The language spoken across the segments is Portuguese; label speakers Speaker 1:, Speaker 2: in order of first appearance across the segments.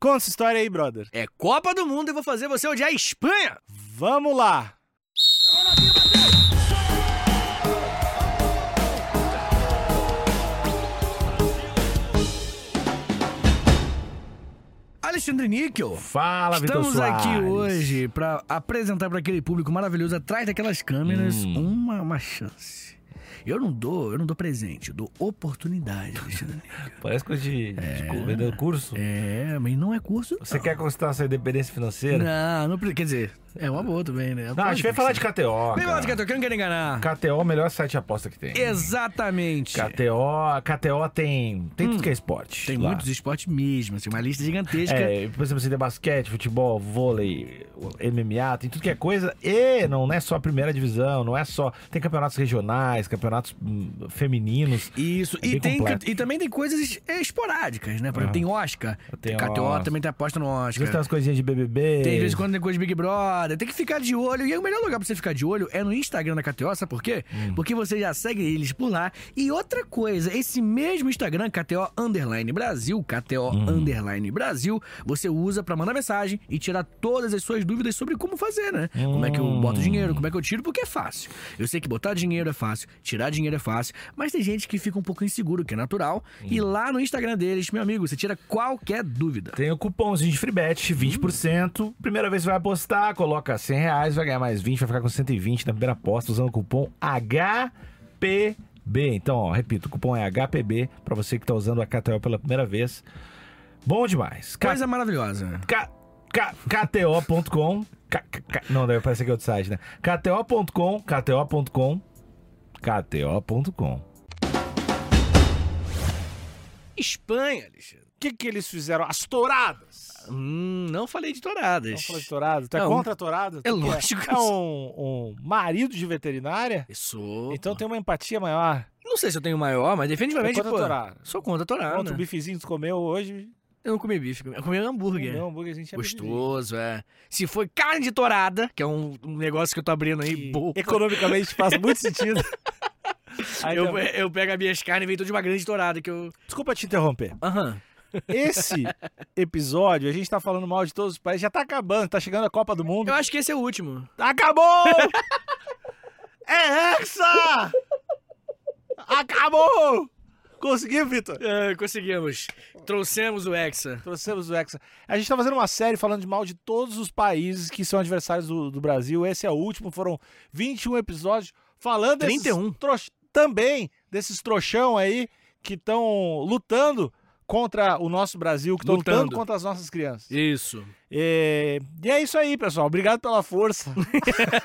Speaker 1: Conta essa história aí, brother.
Speaker 2: É Copa do Mundo e vou fazer você odiar a Espanha.
Speaker 1: Vamos lá.
Speaker 3: Alexandre Níquel.
Speaker 4: Fala, Vitor
Speaker 3: Estamos
Speaker 4: Soares.
Speaker 3: aqui hoje para apresentar para aquele público maravilhoso atrás daquelas câmeras
Speaker 4: Hum.
Speaker 3: uma, uma chance. Eu não dou, eu não dou presente, eu dou oportunidade, Alexandre. Níquel.
Speaker 4: Parece coisa de, de cu- vendendo curso.
Speaker 3: é, mas não é curso.
Speaker 4: Você
Speaker 3: não.
Speaker 4: quer conquistar sua independência financeira?
Speaker 3: Não, não pre- quer dizer, é uma boa também, né?
Speaker 4: Não, a gente vai falar de KTO.
Speaker 3: Vem falar
Speaker 4: cara.
Speaker 3: de Cato, que eu não quero enganar.
Speaker 4: KTO é o melhor site de aposta que tem.
Speaker 3: Exatamente.
Speaker 4: KTO, KTO tem, tem tudo que é esporte.
Speaker 3: Hum. Tem
Speaker 4: lá.
Speaker 3: muitos esportes mesmo, assim, uma lista gigantesca.
Speaker 4: É, por exemplo, você tem basquete, futebol, vôlei, MMA, tem tudo que é coisa. E não é só a primeira divisão, não é só. Tem campeonatos regionais, campeonatos hum, femininos.
Speaker 3: Isso,
Speaker 4: É
Speaker 3: e,
Speaker 4: bem
Speaker 3: tem,
Speaker 4: completo. Ah,
Speaker 3: e também tem coisas é, esporádicas, né? Por exemplo, tem Oscar.
Speaker 4: Tem
Speaker 3: KTO
Speaker 4: Oscar.
Speaker 3: também tem aposta no
Speaker 4: Às vezes tem
Speaker 3: Oscar.
Speaker 4: umas coisinhas de BBB.
Speaker 3: Tem, de vez em quando tem coisa de Big Brother, tem que ficar de olho. E aí, o melhor lugar pra você ficar de olho é no Instagram da KTO, sabe por quê? Porque você já segue eles por lá. E outra coisa, esse mesmo Instagram, KTO Underline Brasil, KTO Underline Brasil, você usa pra mandar mensagem e tirar todas as suas dúvidas sobre como fazer, né? Como é que eu boto dinheiro, como é que eu tiro, porque é fácil. Eu sei que botar dinheiro é fácil, tirar dinheiro é fácil, mas tem gente que fica um pouco inseguro, que é natural. E lá no Instagram deles, meu amigo, você tira qualquer dúvida.
Speaker 4: Tem o cupomzinho de FreeBet, 20%. Primeira vez que vai apostar, coloca 100 reais, vai ganhar mais 20, vai ficar com 120 na primeira aposta usando o cupom HPB. Então, ó, repito, o cupom é HPB pra você que tá usando a KTO pela primeira vez. Bom demais. K-
Speaker 1: é.
Speaker 3: Coisa maravilhosa.
Speaker 4: K- K- KTO.com. K- K- K- Não, deve parecer que é outro site, né? KTO.com, KTO.com, KTO.com.
Speaker 3: Espanha, Alexandre.
Speaker 1: O que que eles fizeram? As touradas.
Speaker 3: Hum, não falei de touradas.
Speaker 1: Não falou de tourado? Tu é
Speaker 3: Não.
Speaker 1: contra a tourado? Tu
Speaker 3: É
Speaker 1: que
Speaker 3: lógico que
Speaker 1: É
Speaker 3: eu
Speaker 1: um, um marido de veterinária?
Speaker 3: Isso.
Speaker 1: Então tem uma empatia maior.
Speaker 3: não sei se eu tenho maior, mas definitivamente,
Speaker 1: É contra
Speaker 3: pô,
Speaker 1: tourada.
Speaker 3: sou contra tourada.
Speaker 1: Contra o bifezinho que tu comeu hoje.
Speaker 3: Eu não comi bife, eu comi hambúrguer.
Speaker 1: Comeu hambúrguer, a gente é bifezinho.
Speaker 3: Gostoso, é. Se foi carne de tourada, que é um, um negócio que é eu tô abrindo aí,
Speaker 1: E
Speaker 3: boa.
Speaker 1: Economicamente faz muito sentido. Aí
Speaker 3: Eu,
Speaker 1: também-
Speaker 3: eu pego as minhas carnes e vem tudo de uma grande tourada que eu...
Speaker 1: Desculpa te interromper.
Speaker 3: Aham.
Speaker 1: Esse episódio, a gente tá falando mal de todos os países, já tá acabando, tá chegando a Copa do Mundo.
Speaker 3: Eu acho que esse é o último.
Speaker 1: Acabou! é Hexa! Acabou! Conseguiu, Vitor?
Speaker 3: É, conseguimos. Trouxemos o Hexa.
Speaker 1: Trouxemos o Hexa. A gente tá fazendo uma série falando de mal de todos os países que são adversários do, do Brasil. Esse é o último, foram 21 episódios falando desses
Speaker 3: 31.
Speaker 1: trox- também desses trouxão aí que estão lutando contra o nosso Brasil, que estão
Speaker 3: Lutando.
Speaker 1: lutando contra as nossas crianças. E...
Speaker 3: Isso.
Speaker 1: e é isso aí, pessoal. Obrigado pela força.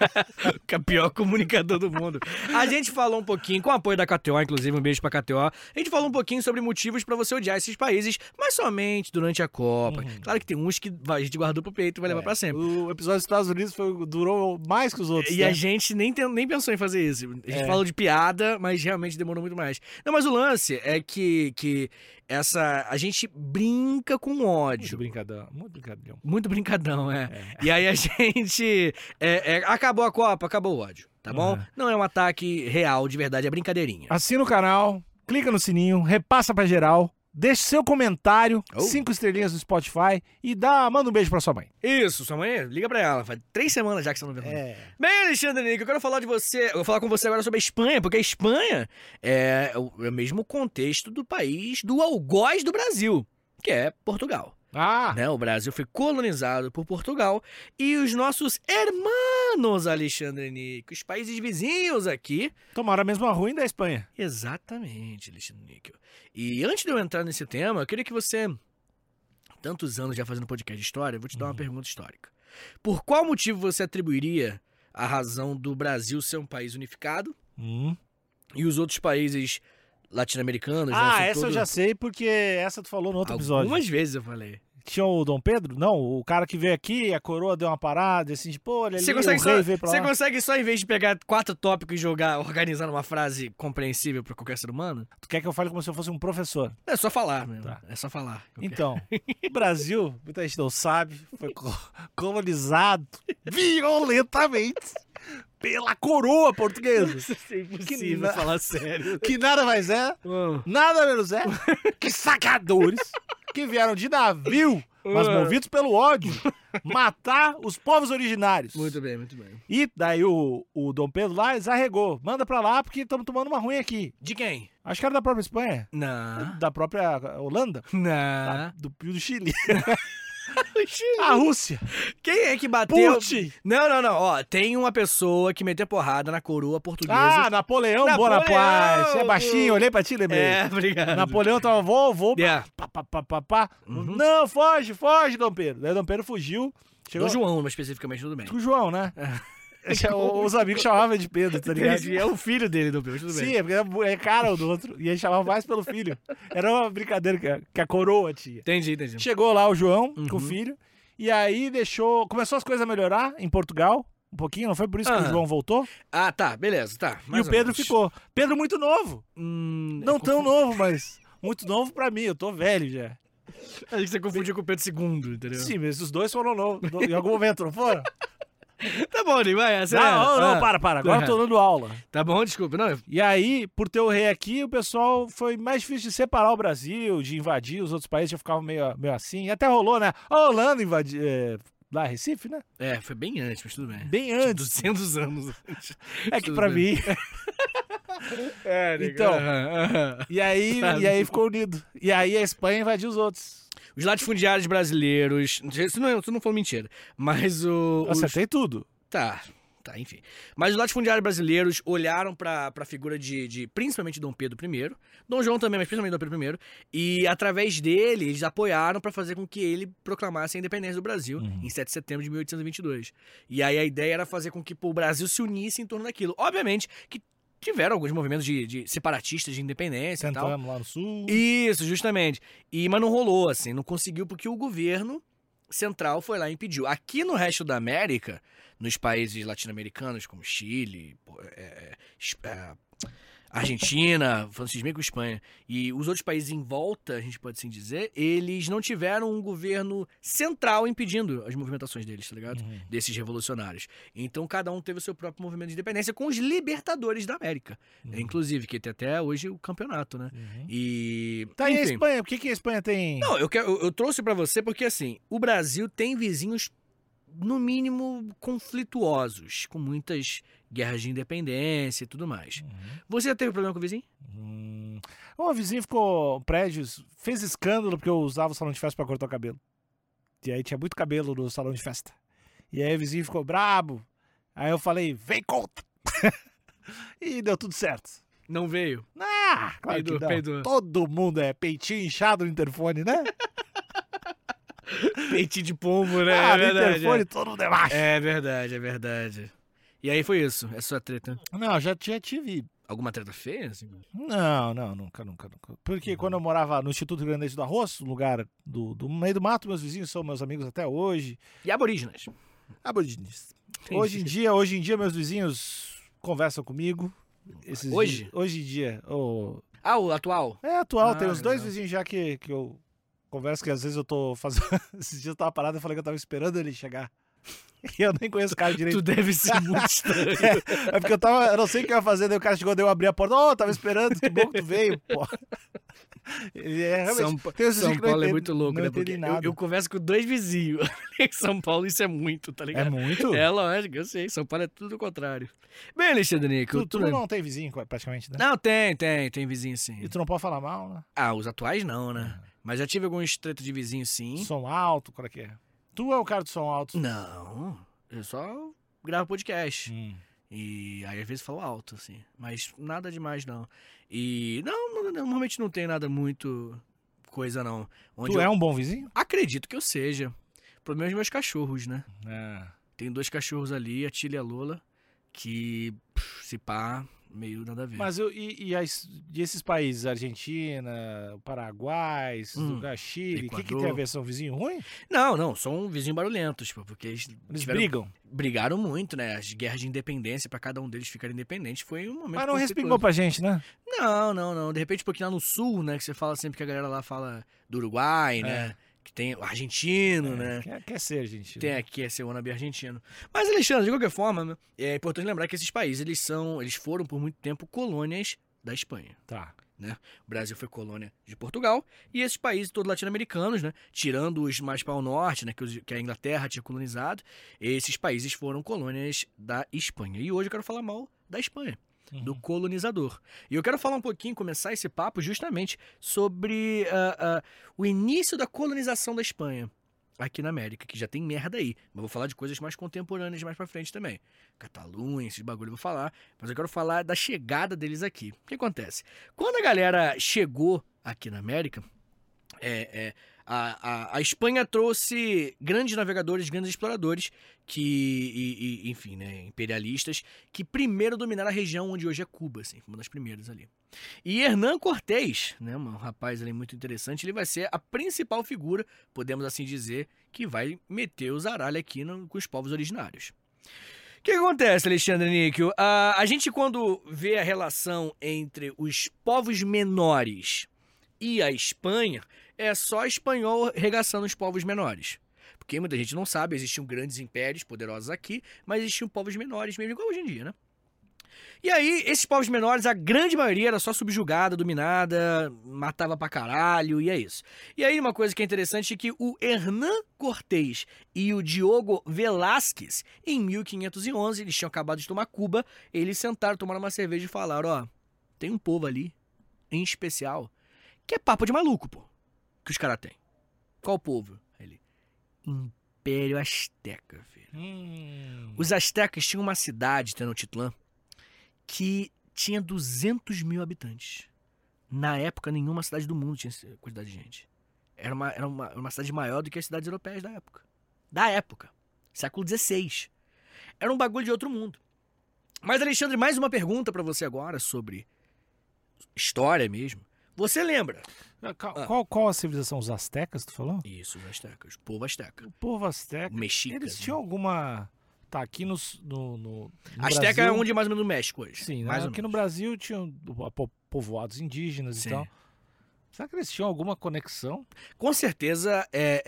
Speaker 3: Que é o pior comunicador do mundo. A gente falou um pouquinho, com o apoio da KTO, inclusive, um beijo pra KTO. A gente falou um pouquinho sobre motivos pra você odiar esses países, mas somente durante a Copa. Claro que tem uns que a gente guardou pro peito e vai levar pra sempre.
Speaker 1: O episódio dos Estados Unidos foi- durou mais que os outros.
Speaker 3: E
Speaker 1: né?
Speaker 3: a gente nem, tem- nem pensou em fazer isso. A gente falou de piada, mas realmente demorou muito mais. Não, mas o lance é que, que essa. A gente brinca com
Speaker 1: Muito
Speaker 3: ódio.
Speaker 1: brincadão, muito brincadão.
Speaker 3: Muito brincadão, é. E aí a gente. é, é, acabou a Copa, acabou o ódio, tá bom? Não é um ataque real, de verdade, é brincadeirinha.
Speaker 1: Assina o canal, clica no sininho, repassa pra geral, deixa seu comentário,
Speaker 3: Oh.
Speaker 1: cinco estrelinhas no Spotify e dá, manda um beijo pra sua mãe.
Speaker 3: Isso, sua mãe, liga pra ela. Faz três semanas já que você não vê ela.
Speaker 1: É.
Speaker 3: Bem, Alexandre Nico, eu quero falar de você. Eu vou falar com você agora sobre a Espanha, porque a Espanha é o, é o mesmo contexto do país do algoz do Brasil, que é Portugal.
Speaker 1: Ah,
Speaker 3: né? O Brasil foi colonizado por Portugal e os nossos hermanos, Alexandre Nico, os países vizinhos aqui.
Speaker 1: tomaram a mesma ruim da Espanha.
Speaker 3: Exatamente, Alexandre Níquel. E antes de eu entrar nesse tema, eu queria que você, tantos anos já fazendo podcast de história, eu vou te
Speaker 1: Uhum.
Speaker 3: dar uma pergunta histórica. Por qual motivo você atribuiria a razão do Brasil ser um país unificado Hum. e os outros países latino-americanos? né,
Speaker 1: Ah,
Speaker 3: ser
Speaker 1: essa eu
Speaker 3: todo-
Speaker 1: já sei, porque essa tu falou no outro episódio.
Speaker 3: Algumas vezes eu falei.
Speaker 1: Tinha o Dom Pedro? Não, o cara que veio aqui, a coroa deu uma parada, assim, tipo, olha ali,
Speaker 3: Você
Speaker 1: o
Speaker 3: consegue,
Speaker 1: rei
Speaker 3: só,
Speaker 1: veio pra
Speaker 3: você
Speaker 1: lá.
Speaker 3: consegue só, em vez de pegar quatro tópicos e jogar, organizar numa frase compreensível pra qualquer ser humano?
Speaker 1: Tu quer que eu fale como se eu fosse um professor?
Speaker 3: É só falar, mesmo.
Speaker 1: Tá.
Speaker 3: É só falar. Eu
Speaker 1: Então, o Brasil, muita gente não sabe, foi co- colonizado violentamente pela coroa portuguesa.
Speaker 3: quero- É
Speaker 1: Que
Speaker 3: impossível
Speaker 1: na-
Speaker 3: falar sério.
Speaker 1: Que nada mais é,
Speaker 3: Mano.
Speaker 1: nada menos é que sacadores que vieram de navio mas movidos pelo ódio, matar os povos originários.
Speaker 5: Muito bem, muito bem.
Speaker 1: E daí o, o Dom Pedro lá desarregou. Manda pra lá porque estamos tomando uma ruim aqui.
Speaker 3: De quem?
Speaker 1: Acho que era da própria Espanha.
Speaker 3: Não.
Speaker 1: Da própria Holanda. Da-
Speaker 3: Não.
Speaker 1: do, do Chile. A Rússia.
Speaker 3: Quem é que bateu?
Speaker 1: Putin.
Speaker 3: Não, não, não. Ó, tem uma pessoa que meteu porrada na coroa portuguesa.
Speaker 1: Ah, Napoleão,
Speaker 3: Napoleão!
Speaker 1: Bonaparte. É baixinho, olhei pra ti, lembrei.
Speaker 3: é, obrigado.
Speaker 1: Napoleão tava, vou, vou,
Speaker 3: É.
Speaker 1: pá, pá, pá, pá, pá. Não, foge, foge, Dom Pedro. Daí Dom Pedro fugiu. Chegou
Speaker 3: O João, mas especificamente, tudo bem.
Speaker 1: com o João, né? Esse é o- Os amigos chamavam de Pedro, tá ligado?
Speaker 3: Entendi. É o filho dele, do Pedro, tudo bem.
Speaker 1: Sim, é porque era bu- é cara o do outro. E aí chamava mais pelo filho. Era uma brincadeira que a, que a coroa tinha.
Speaker 3: Entendi, entendi.
Speaker 1: Chegou lá o João com
Speaker 3: Uhum.
Speaker 1: o filho. E aí deixou. Começou as coisas a melhorar em Portugal. Um pouquinho, não foi por isso que o
Speaker 3: Aham.
Speaker 1: João voltou?
Speaker 3: Ah, tá, beleza, tá.
Speaker 1: e o Pedro ficou. Pedro muito novo.
Speaker 3: Hum, Não,
Speaker 1: Não tão novo, mas muito novo pra mim. Eu tô velho já.
Speaker 3: acho que você confundiu com o Pedro II, entendeu?
Speaker 1: Sim, mas os dois foram novos. no- Em algum momento, não foram?
Speaker 3: Tá bom, Ney, vai,
Speaker 1: Não,
Speaker 3: acelera.
Speaker 1: não, não,
Speaker 3: Ah,
Speaker 1: para, para. Agora eu tô dando aula.
Speaker 3: Tá bom, desculpa. Não, eu-
Speaker 1: E aí, por ter o rei aqui, o pessoal foi mais difícil de separar o Brasil, de invadir os outros países, já ficavam meio, meio assim. E até rolou, né? A Holanda invadiu. lá em Recife, né?
Speaker 3: É, foi bem antes, mas tudo bem.
Speaker 1: Bem antes.
Speaker 3: 200 anos antes.
Speaker 1: É que
Speaker 3: tudo
Speaker 1: pra
Speaker 3: bem.
Speaker 1: mim.
Speaker 3: É,
Speaker 1: nego.
Speaker 3: Então,
Speaker 1: E aí, e aí ficou unido. E aí a Espanha invadiu os outros.
Speaker 3: os latifundiários brasileiros. Isso não, é, isso não foi mentira. Mas o. os-
Speaker 1: Acertei tudo.
Speaker 3: Tá, tá, enfim. Mas os latifundiários brasileiros olharam pra pra figura de, de principalmente Dom Pedro I, Dom João também, mas principalmente Dom Pedro I, e através dele eles apoiaram pra fazer com que ele proclamasse a independência do Brasil em 7 de setembro de 1822. E aí a ideia era fazer com que pô, o Brasil se unisse em torno daquilo. Obviamente que tiveram alguns movimentos de, de separatistas de independência e tal.
Speaker 1: Sentamos lá no sul.
Speaker 3: Isso, justamente. E, mas não rolou, assim, não conseguiu porque o governo central foi lá e impediu. Aqui no resto da América, nos países latino-americanos, como Chile, pô, é, é, Es- é, Argentina, Francisco com Espanha, e os outros países em volta, a gente pode assim dizer, eles não tiveram um governo central impedindo as movimentações deles, tá
Speaker 1: Uhum.
Speaker 3: ligado? Desses revolucionários. Então cada um teve o seu próprio movimento de independência com os libertadores da América.
Speaker 1: uhum,
Speaker 3: Inclusive, que tem até hoje o campeonato, né? E.
Speaker 1: Tá aí a
Speaker 3: enfim.
Speaker 1: Espanha. Por que, que a Espanha tem.
Speaker 3: Não, eu, quero, eu- eu trouxe pra você porque, assim, o Brasil tem vizinhos, no mínimo, conflituosos, com muitas guerras de independência e tudo mais.
Speaker 1: Uhum.
Speaker 3: Você já teve problema com o vizinho?
Speaker 1: Hum. Uma vizinha ficou prédios, fez escândalo porque eu usava o salão de festa pra cortar o cabelo. E aí tinha muito cabelo no salão de festa. E aí o vizinho ficou brabo. Aí eu falei, vem conta! e deu tudo certo.
Speaker 3: Não veio.
Speaker 1: Ah, claro que
Speaker 3: Peidou,
Speaker 1: não.
Speaker 3: peidou.
Speaker 1: Todo mundo é peitinho inchado no interfone, né?
Speaker 3: Peitinho de pombo, né?
Speaker 1: ah,
Speaker 3: é
Speaker 1: no
Speaker 3: verdade.
Speaker 1: interfone todo mundo é macho.
Speaker 3: É. É verdade, é verdade. E aí foi isso, é sua treta.
Speaker 1: Não, já, já tive.
Speaker 3: Alguma treta feia? assim?
Speaker 1: Não, não, nunca, nunca, nunca.
Speaker 3: Uhum.
Speaker 1: Porque quando eu morava no Instituto Grande do Arroz, um lugar do, do meio do mato, meus vizinhos são meus amigos até hoje.
Speaker 3: E aborígenes?
Speaker 1: aborígenes. Hoje em dia, hoje em dia meus vizinhos conversam comigo. Esses
Speaker 3: Hoje?
Speaker 1: dias- hoje em dia. ô,
Speaker 3: Ah, o atual?
Speaker 1: É atual,
Speaker 3: Ah,
Speaker 1: tem uns dois
Speaker 3: legal.
Speaker 1: vizinhos já que, que eu converso, que às vezes eu tô fazendo. Esses dias eu tava parado e falei que eu tava esperando ele chegar. E eu nem conheço o cara direito.
Speaker 3: Tu deve ser muito estranho.
Speaker 1: É porque eu tava. Eu não sei o que eu ia fazer, daí o cara chegou, daí eu abri a porta. Ô, tava esperando, que bom que tu veio, pô. Ele é realmente.
Speaker 3: São, Pa-
Speaker 1: tem uns
Speaker 3: São
Speaker 1: vizinhos que não
Speaker 3: Paulo é
Speaker 1: entendem-
Speaker 3: muito louco,
Speaker 1: não
Speaker 3: né? Porque
Speaker 1: entendem
Speaker 3: eu,
Speaker 1: nada.
Speaker 3: eu converso com dois vizinhos. em São Paulo isso é muito, tá
Speaker 1: É
Speaker 3: ligado?
Speaker 1: muito?
Speaker 3: É lógico, eu sei. São Paulo é tudo o contrário. Bem, Alexandre Nico,
Speaker 1: tu,
Speaker 3: tu,
Speaker 1: tu não tem vizinho, praticamente, né?
Speaker 3: Não, tem, tem, tem vizinho sim.
Speaker 1: E tu não pode falar mal, né?
Speaker 3: Ah, os atuais não, né? Mas já tive alguns treta de vizinho sim. Hum.
Speaker 1: Som alto, qual é que é? Tu é o cara do som alto.
Speaker 3: Não, eu só gravo podcast.
Speaker 1: Hum.
Speaker 3: E aí às vezes falo alto, assim. Mas nada demais, não. E não, não- normalmente não tem nada muito coisa, não. Onde
Speaker 1: Tu
Speaker 3: eu
Speaker 1: é um bom vizinho?
Speaker 3: acredito que eu seja. O problema é os meus cachorros, né? Tem dois cachorros ali, a Tilly e a Lola, que pff, se pá, meio nada a ver.
Speaker 1: Mas eu, e, e as- e esses países? Argentina, Paraguai, esses
Speaker 3: Hum.
Speaker 1: lugares, Chile. O que, que
Speaker 3: Equador.
Speaker 1: tem a ver? São vizinho ruim?
Speaker 3: Não, não, são vizinhos barulhentos, tipo, porque eles,
Speaker 1: Eles
Speaker 3: tiveram-
Speaker 1: brigam.
Speaker 3: brigaram muito, né? As guerras de independência, pra cada um deles ficar independente, foi um momento.
Speaker 1: Mas não respingou
Speaker 3: respingou
Speaker 1: pra gente, né?
Speaker 3: Não, não, não. De repente, porque lá no sul, né, que você fala sempre que a galera lá fala do Uruguai,
Speaker 1: É.
Speaker 3: né? Que tem o argentino, né?
Speaker 1: Quer, quer ser, gente.
Speaker 3: Tem aqui esse wannabe argentino. Mas, Alexandre, de qualquer forma, né, é importante lembrar que esses países, eles são, eles foram por muito tempo colônias da Espanha.
Speaker 1: Tá.
Speaker 3: né? O Brasil foi colônia de Portugal e esses países todos latino-americanos, né? Tirando os mais para o norte, né? Que, os- que a Inglaterra tinha colonizado, esses países foram colônias da Espanha. E hoje eu quero falar mal da Espanha, do colonizador. E eu quero falar um pouquinho, começar esse papo justamente sobre ah, ah, o início da colonização da Espanha aqui na América, que já tem merda aí. Mas vou falar de coisas mais contemporâneas mais pra frente também. Catalunha, esses bagulho eu vou falar. Mas eu quero falar da chegada deles aqui. O que acontece? Quando a galera chegou aqui na América, é, é, a, a- a Espanha trouxe grandes navegadores, grandes exploradores, que, e- e, enfim, né, imperialistas, que primeiro dominaram a região onde hoje é Cuba, assim, uma das primeiras ali. E Hernán Cortés, né, um rapaz ali muito interessante, ele vai ser a principal figura, podemos assim dizer, que vai meter o zaralho aqui no- com os povos originários. O que acontece, Alexandre Níquel? Ah, a gente, quando vê a relação entre os povos menores e a Espanha, é só espanhol regaçando os povos menores. Porque muita gente não sabe, existiam grandes impérios poderosos aqui, mas existiam povos menores mesmo, igual hoje em dia, né? E aí, esses povos menores, a grande maioria era só subjugada, dominada, matava pra caralho, e é isso. E aí, uma coisa que é interessante é que o Hernán Cortés e o Diogo Velázquez, em 1511, eles tinham acabado de tomar Cuba, eles sentaram, tomaram uma cerveja e falaram, ó, tem um povo ali, em especial, que é papo de maluco, pô, que os caras têm. Qual povo? Aí Ele, Império Azteca, filho.
Speaker 1: Hum.
Speaker 3: Os astecas tinham uma cidade, Tenochtitlan, que tinha 200 mil habitantes. Na época, nenhuma cidade do mundo tinha essa quantidade de gente. Era uma, era uma, uma cidade maior do que as cidades europeias da época. Da época. Século XVI. Era um bagulho de outro mundo. Mas, Alexandre, mais uma pergunta pra você agora sobre história mesmo. Você lembra?
Speaker 1: Ah, ca-
Speaker 3: Ah.
Speaker 1: Qual, qual a civilização? Os astecas, tu falou?
Speaker 3: Isso, os astecas. O povo asteca.
Speaker 1: O povo asteca. É,
Speaker 3: Mexica.
Speaker 1: Eles
Speaker 3: né?
Speaker 1: tinham alguma. Tá, aqui nos, no. no, no
Speaker 3: Asteca é
Speaker 1: Brasil-
Speaker 3: onde mais ou menos no México hoje.
Speaker 1: Sim, né?
Speaker 3: mais ou
Speaker 1: aqui no
Speaker 3: menos.
Speaker 1: Brasil tinham po- povoados indígenas
Speaker 3: Sim.
Speaker 1: e tal. Será que eles tinham alguma conexão?
Speaker 3: Com certeza, é,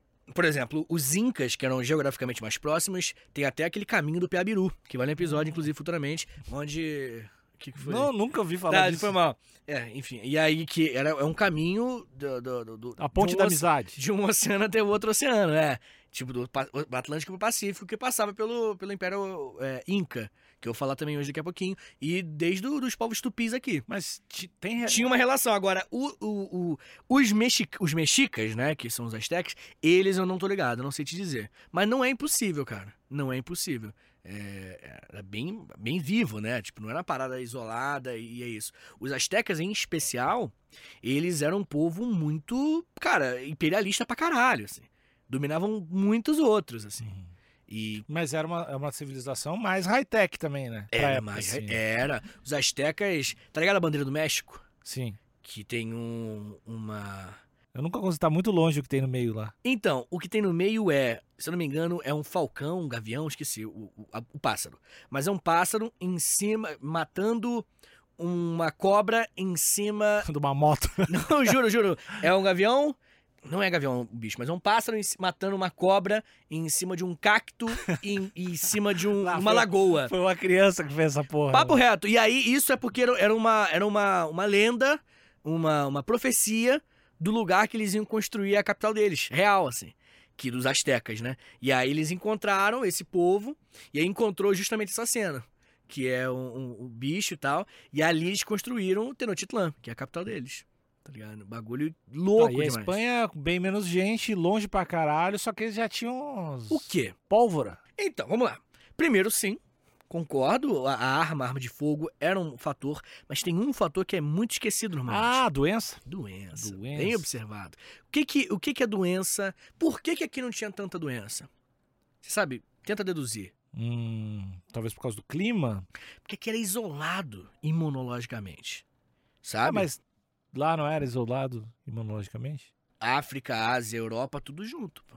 Speaker 3: é- por exemplo, os Incas, que eram geograficamente mais próximos, tem até aquele caminho do Piabiru, que vai no episódio, inclusive, futuramente, onde... O que, que foi?
Speaker 1: Não, nunca ouvi falar
Speaker 3: tá,
Speaker 1: disso.
Speaker 3: foi mal. É, enfim, e aí que era, é um caminho do... do- do- do-
Speaker 1: A ponte
Speaker 3: de um
Speaker 1: da
Speaker 3: oce-
Speaker 1: amizade.
Speaker 3: De um oceano até o outro oceano, é. Tipo, do Pa- do Atlântico pro Pacífico, que passava pelo, pelo Império é, Inca, que eu vou falar também hoje daqui a pouquinho, e desde os povos tupis aqui.
Speaker 1: Mas ti- tem. re-
Speaker 3: Tinha uma relação. Agora, o- o- o- os, mexi- os mexicas, né, que são os aztecas, eles eu não tô ligado, eu não sei te dizer. Mas não é impossível, cara. Não é impossível. É, era bem, bem vivo, né? Tipo, não era uma parada isolada e é isso. Os aztecas, em especial, eles eram um povo muito, cara, imperialista pra caralho, assim. Dominavam muitos outros, assim.
Speaker 1: Uhum.
Speaker 3: E
Speaker 1: Mas era uma, é uma civilização mais high-tech também, né? Pra
Speaker 3: era,
Speaker 1: época,
Speaker 3: mais-
Speaker 1: assim.
Speaker 3: era. Os aztecas... Tá ligado a bandeira do México?
Speaker 1: Sim.
Speaker 3: Que tem um, uma...
Speaker 1: Eu nunca consegui estar muito longe o que tem no meio lá.
Speaker 3: Então, o que tem no meio é, se eu não me engano, é um falcão, um gavião, esqueci, o, o- a- o pássaro. Mas é um pássaro em cima, matando uma cobra em cima.
Speaker 1: De uma moto.
Speaker 3: Não, juro, juro. É um gavião. Não é gavião o bicho, mas é um pássaro em ci- matando uma cobra em cima de um cacto e em, e em cima de um-
Speaker 1: Lá
Speaker 3: uma
Speaker 1: foi-
Speaker 3: lagoa.
Speaker 1: Foi uma criança que fez essa porra.
Speaker 3: Papo reto. E aí, isso é porque era, era uma, era uma, uma lenda, uma, uma profecia do lugar que eles iam construir a capital deles. Real, assim. Que dos astecas, né? E aí eles encontraram esse povo e aí encontrou justamente essa cena. Que é um, um- um bicho e tal. E ali eles construíram o Tenochtitlan, que é a capital deles. Tá ligado? Bagulho
Speaker 1: Tá,
Speaker 3: louco
Speaker 1: e a
Speaker 3: demais.
Speaker 1: Espanha, bem menos gente, longe pra caralho, só que eles já tinham uns
Speaker 3: O quê?
Speaker 1: pólvora.
Speaker 3: Então, vamos lá. Primeiro, sim, concordo, a, a arma, a arma de fogo era um fator, mas tem um fator que é muito esquecido normalmente.
Speaker 1: Ah, doença?
Speaker 3: Doença.
Speaker 1: Doença.
Speaker 3: Bem observado. O que que, o que que é doença? Por que que aqui não tinha tanta doença? Você sabe, tenta deduzir.
Speaker 1: Hum, talvez por causa do clima.
Speaker 3: Porque aqui era isolado imunologicamente. Sabe?
Speaker 1: Ah, mas lá não era isolado imunologicamente?
Speaker 3: África, Ásia, Europa, tudo junto, pô.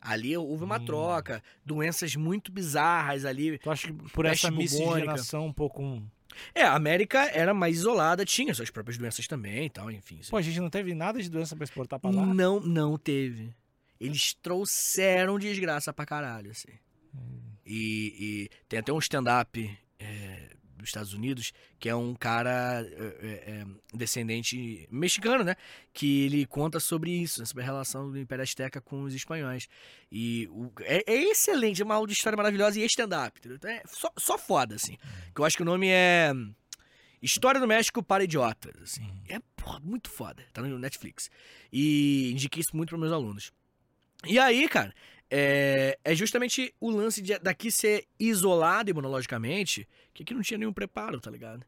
Speaker 3: Ali houve uma
Speaker 1: Hum.
Speaker 3: troca, doenças muito bizarras ali.
Speaker 1: Tu acha que por
Speaker 3: Peste
Speaker 1: essa
Speaker 3: bubônica.
Speaker 1: miscigenação um pouco... um-
Speaker 3: É, a América era mais isolada, tinha suas próprias doenças também e tal, enfim.
Speaker 1: Pô, a gente não teve nada de doença pra exportar tá pra lá?
Speaker 3: Não, não teve. Eles trouxeram desgraça pra caralho, assim. E, e tem até um stand-up é, dos Estados Unidos, que é um cara é, é, é, descendente mexicano, né? Que ele conta sobre isso, né, sobre a relação do Império Azteca com os espanhóis. E o- é, é excelente, é uma aula de história maravilhosa e é stand-up, entendeu? Então é só, só foda, assim. Que eu acho que o nome é. História do México para idiotas, assim. É porra, muito foda. Tá no Netflix. E indiquei isso muito para meus alunos. E aí, cara, é, é justamente o lance de- daqui ser isolado imunologicamente, que aqui não tinha nenhum preparo, tá ligado?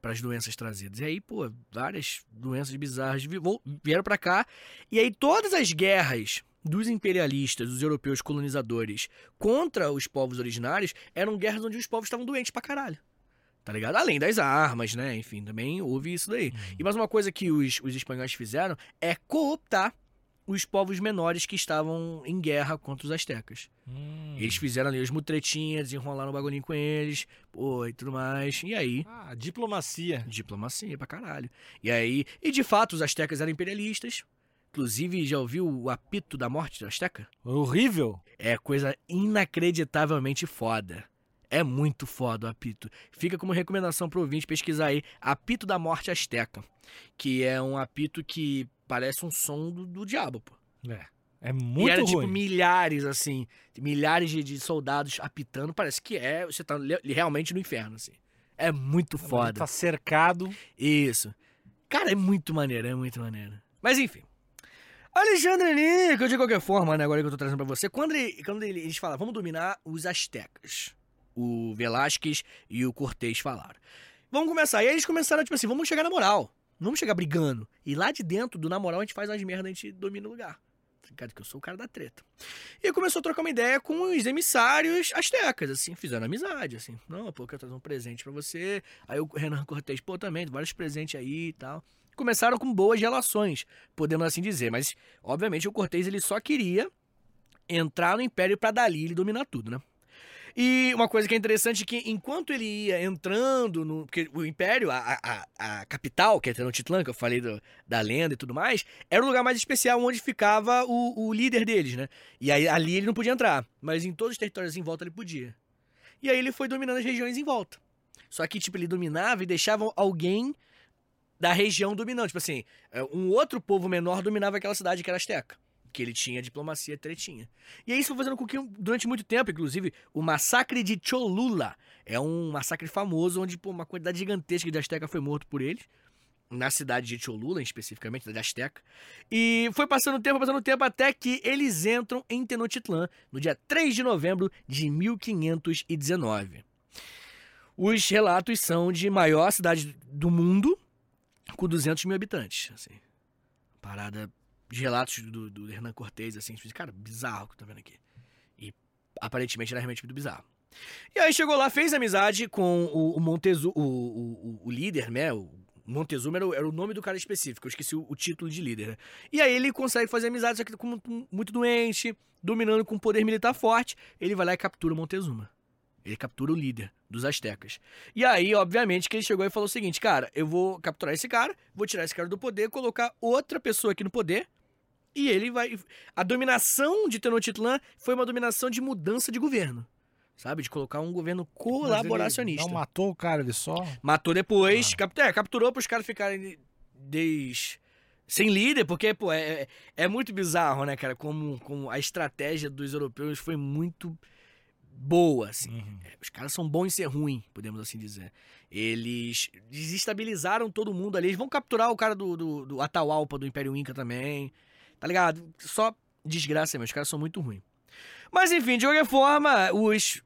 Speaker 3: Para as doenças trazidas. E aí, pô, várias doenças bizarras vi- vo- vieram para cá. E aí, todas as guerras dos imperialistas, dos europeus colonizadores contra os povos originários eram guerras onde os povos estavam doentes pra caralho. Tá ligado? Além das armas, né? Enfim, também houve isso daí. E mais uma coisa que os, os espanhóis fizeram é cooptar os povos menores que estavam em guerra contra os aztecas.
Speaker 1: Hum. Uhum.
Speaker 3: Eles fizeram ali os mutretinhas, desenrolaram o bagulhinho com eles, pô, e tudo mais. E aí,
Speaker 1: Ah, diplomacia.
Speaker 3: Diplomacia pra caralho. E aí, e de fato, os astecas eram imperialistas. Inclusive, já ouviu o apito da morte do asteca?
Speaker 1: Horrível.
Speaker 3: É coisa inacreditavelmente foda. É muito foda o apito. Fica como recomendação pro ouvinte pesquisar aí apito da morte asteca, que é um apito que parece um som do, do diabo, pô.
Speaker 1: É
Speaker 3: e era
Speaker 1: muito
Speaker 3: tipo
Speaker 1: ruim.
Speaker 3: milhares assim, milhares de, de soldados apitando, parece que é, você tá le- realmente no inferno assim. É muito foda.
Speaker 1: Tá cercado.
Speaker 3: Isso. Cara, é muito maneiro, é muito maneiro. Mas enfim. Alexandre Nico, de qualquer forma, né, agora que eu tô trazendo pra você, quando, ele- quando ele- eles falam, vamos dominar os astecas. O Velásquez e o Cortez falaram. Vamos começar. E aí eles começaram, tipo assim, vamos chegar na moral. Não Vamos chegar brigando. E lá de dentro, do na moral, a gente faz as merdas, a gente domina o lugar. Cara, que eu sou o cara da treta. E começou a trocar uma ideia com os emissários astecas, assim, fizeram amizade, assim. Não, pô, eu quero trazer um presente pra você. Aí o Renan Cortez, pô, também, vários presentes aí e tal. Começaram com boas relações, podemos assim dizer. Mas, obviamente, o Cortez ele só queria entrar no Império pra dali ele dominar tudo, né? E uma coisa que é interessante é que enquanto ele ia entrando no. Porque o Império, a, a- a, a capital, que é Tenochtitlan, que eu falei do- da lenda e tudo mais, era o lugar mais especial onde ficava o, o líder deles, né? E aí ali ele não podia entrar, mas em todos os territórios em volta ele podia. E aí ele foi dominando as regiões em volta. Só que, tipo, ele dominava e deixava alguém da região dominante. Tipo assim, é, um outro povo menor dominava aquela cidade que era asteca. Que ele tinha diplomacia e tretinha. E aí isso foi fazendo com que, durante muito tempo, inclusive, o massacre de Cholula é um massacre famoso onde, pô, uma quantidade gigantesca de asteca foi morto por eles. Na cidade de Cholula, especificamente, da Azteca. E foi passando o tempo, passando o tempo, até que eles entram em Tenochtitlan no dia 3 de novembro de 1519. Os relatos são de maior cidade do mundo, com 200 mil habitantes. Assim. Parada de relatos do, do Hernan Cortez, assim, tipo, cara, bizarro que eu tô vendo aqui. E aparentemente era realmente muito bizarro. E aí chegou lá, fez amizade com o, o Montezuma, o, o- o- o líder, né? O Montezuma era, o- era o nome do cara específico, eu esqueci o, o título de líder, né? E aí ele consegue fazer amizade, só que como tu- muito doente, dominando com um poder militar forte, ele vai lá e captura o Montezuma. Ele captura o líder dos astecas. E aí, obviamente, que ele chegou e falou o seguinte: cara, eu vou capturar esse cara, vou tirar esse cara do poder, colocar outra pessoa aqui no poder. E ele vai. A dominação de Tenochtitlan foi uma dominação de mudança de governo. Sabe? De colocar um governo colaboracionista.
Speaker 1: Não matou o cara, ele só.
Speaker 3: Matou depois, cap- é, capturou para os caras ficarem des... sem líder, porque, pô, é, é- é muito bizarro, né, cara? Como, como a estratégia dos europeus foi muito boa, assim.
Speaker 1: Uhum,
Speaker 3: É, Os caras são bons em ser ruim, podemos assim dizer. Eles desestabilizaram todo mundo ali. Eles vão capturar o cara do, do, do Atahualpa, do Império Inca também. Tá ligado? Só desgraça, meus caras são muito ruins. Mas enfim, de qualquer forma, os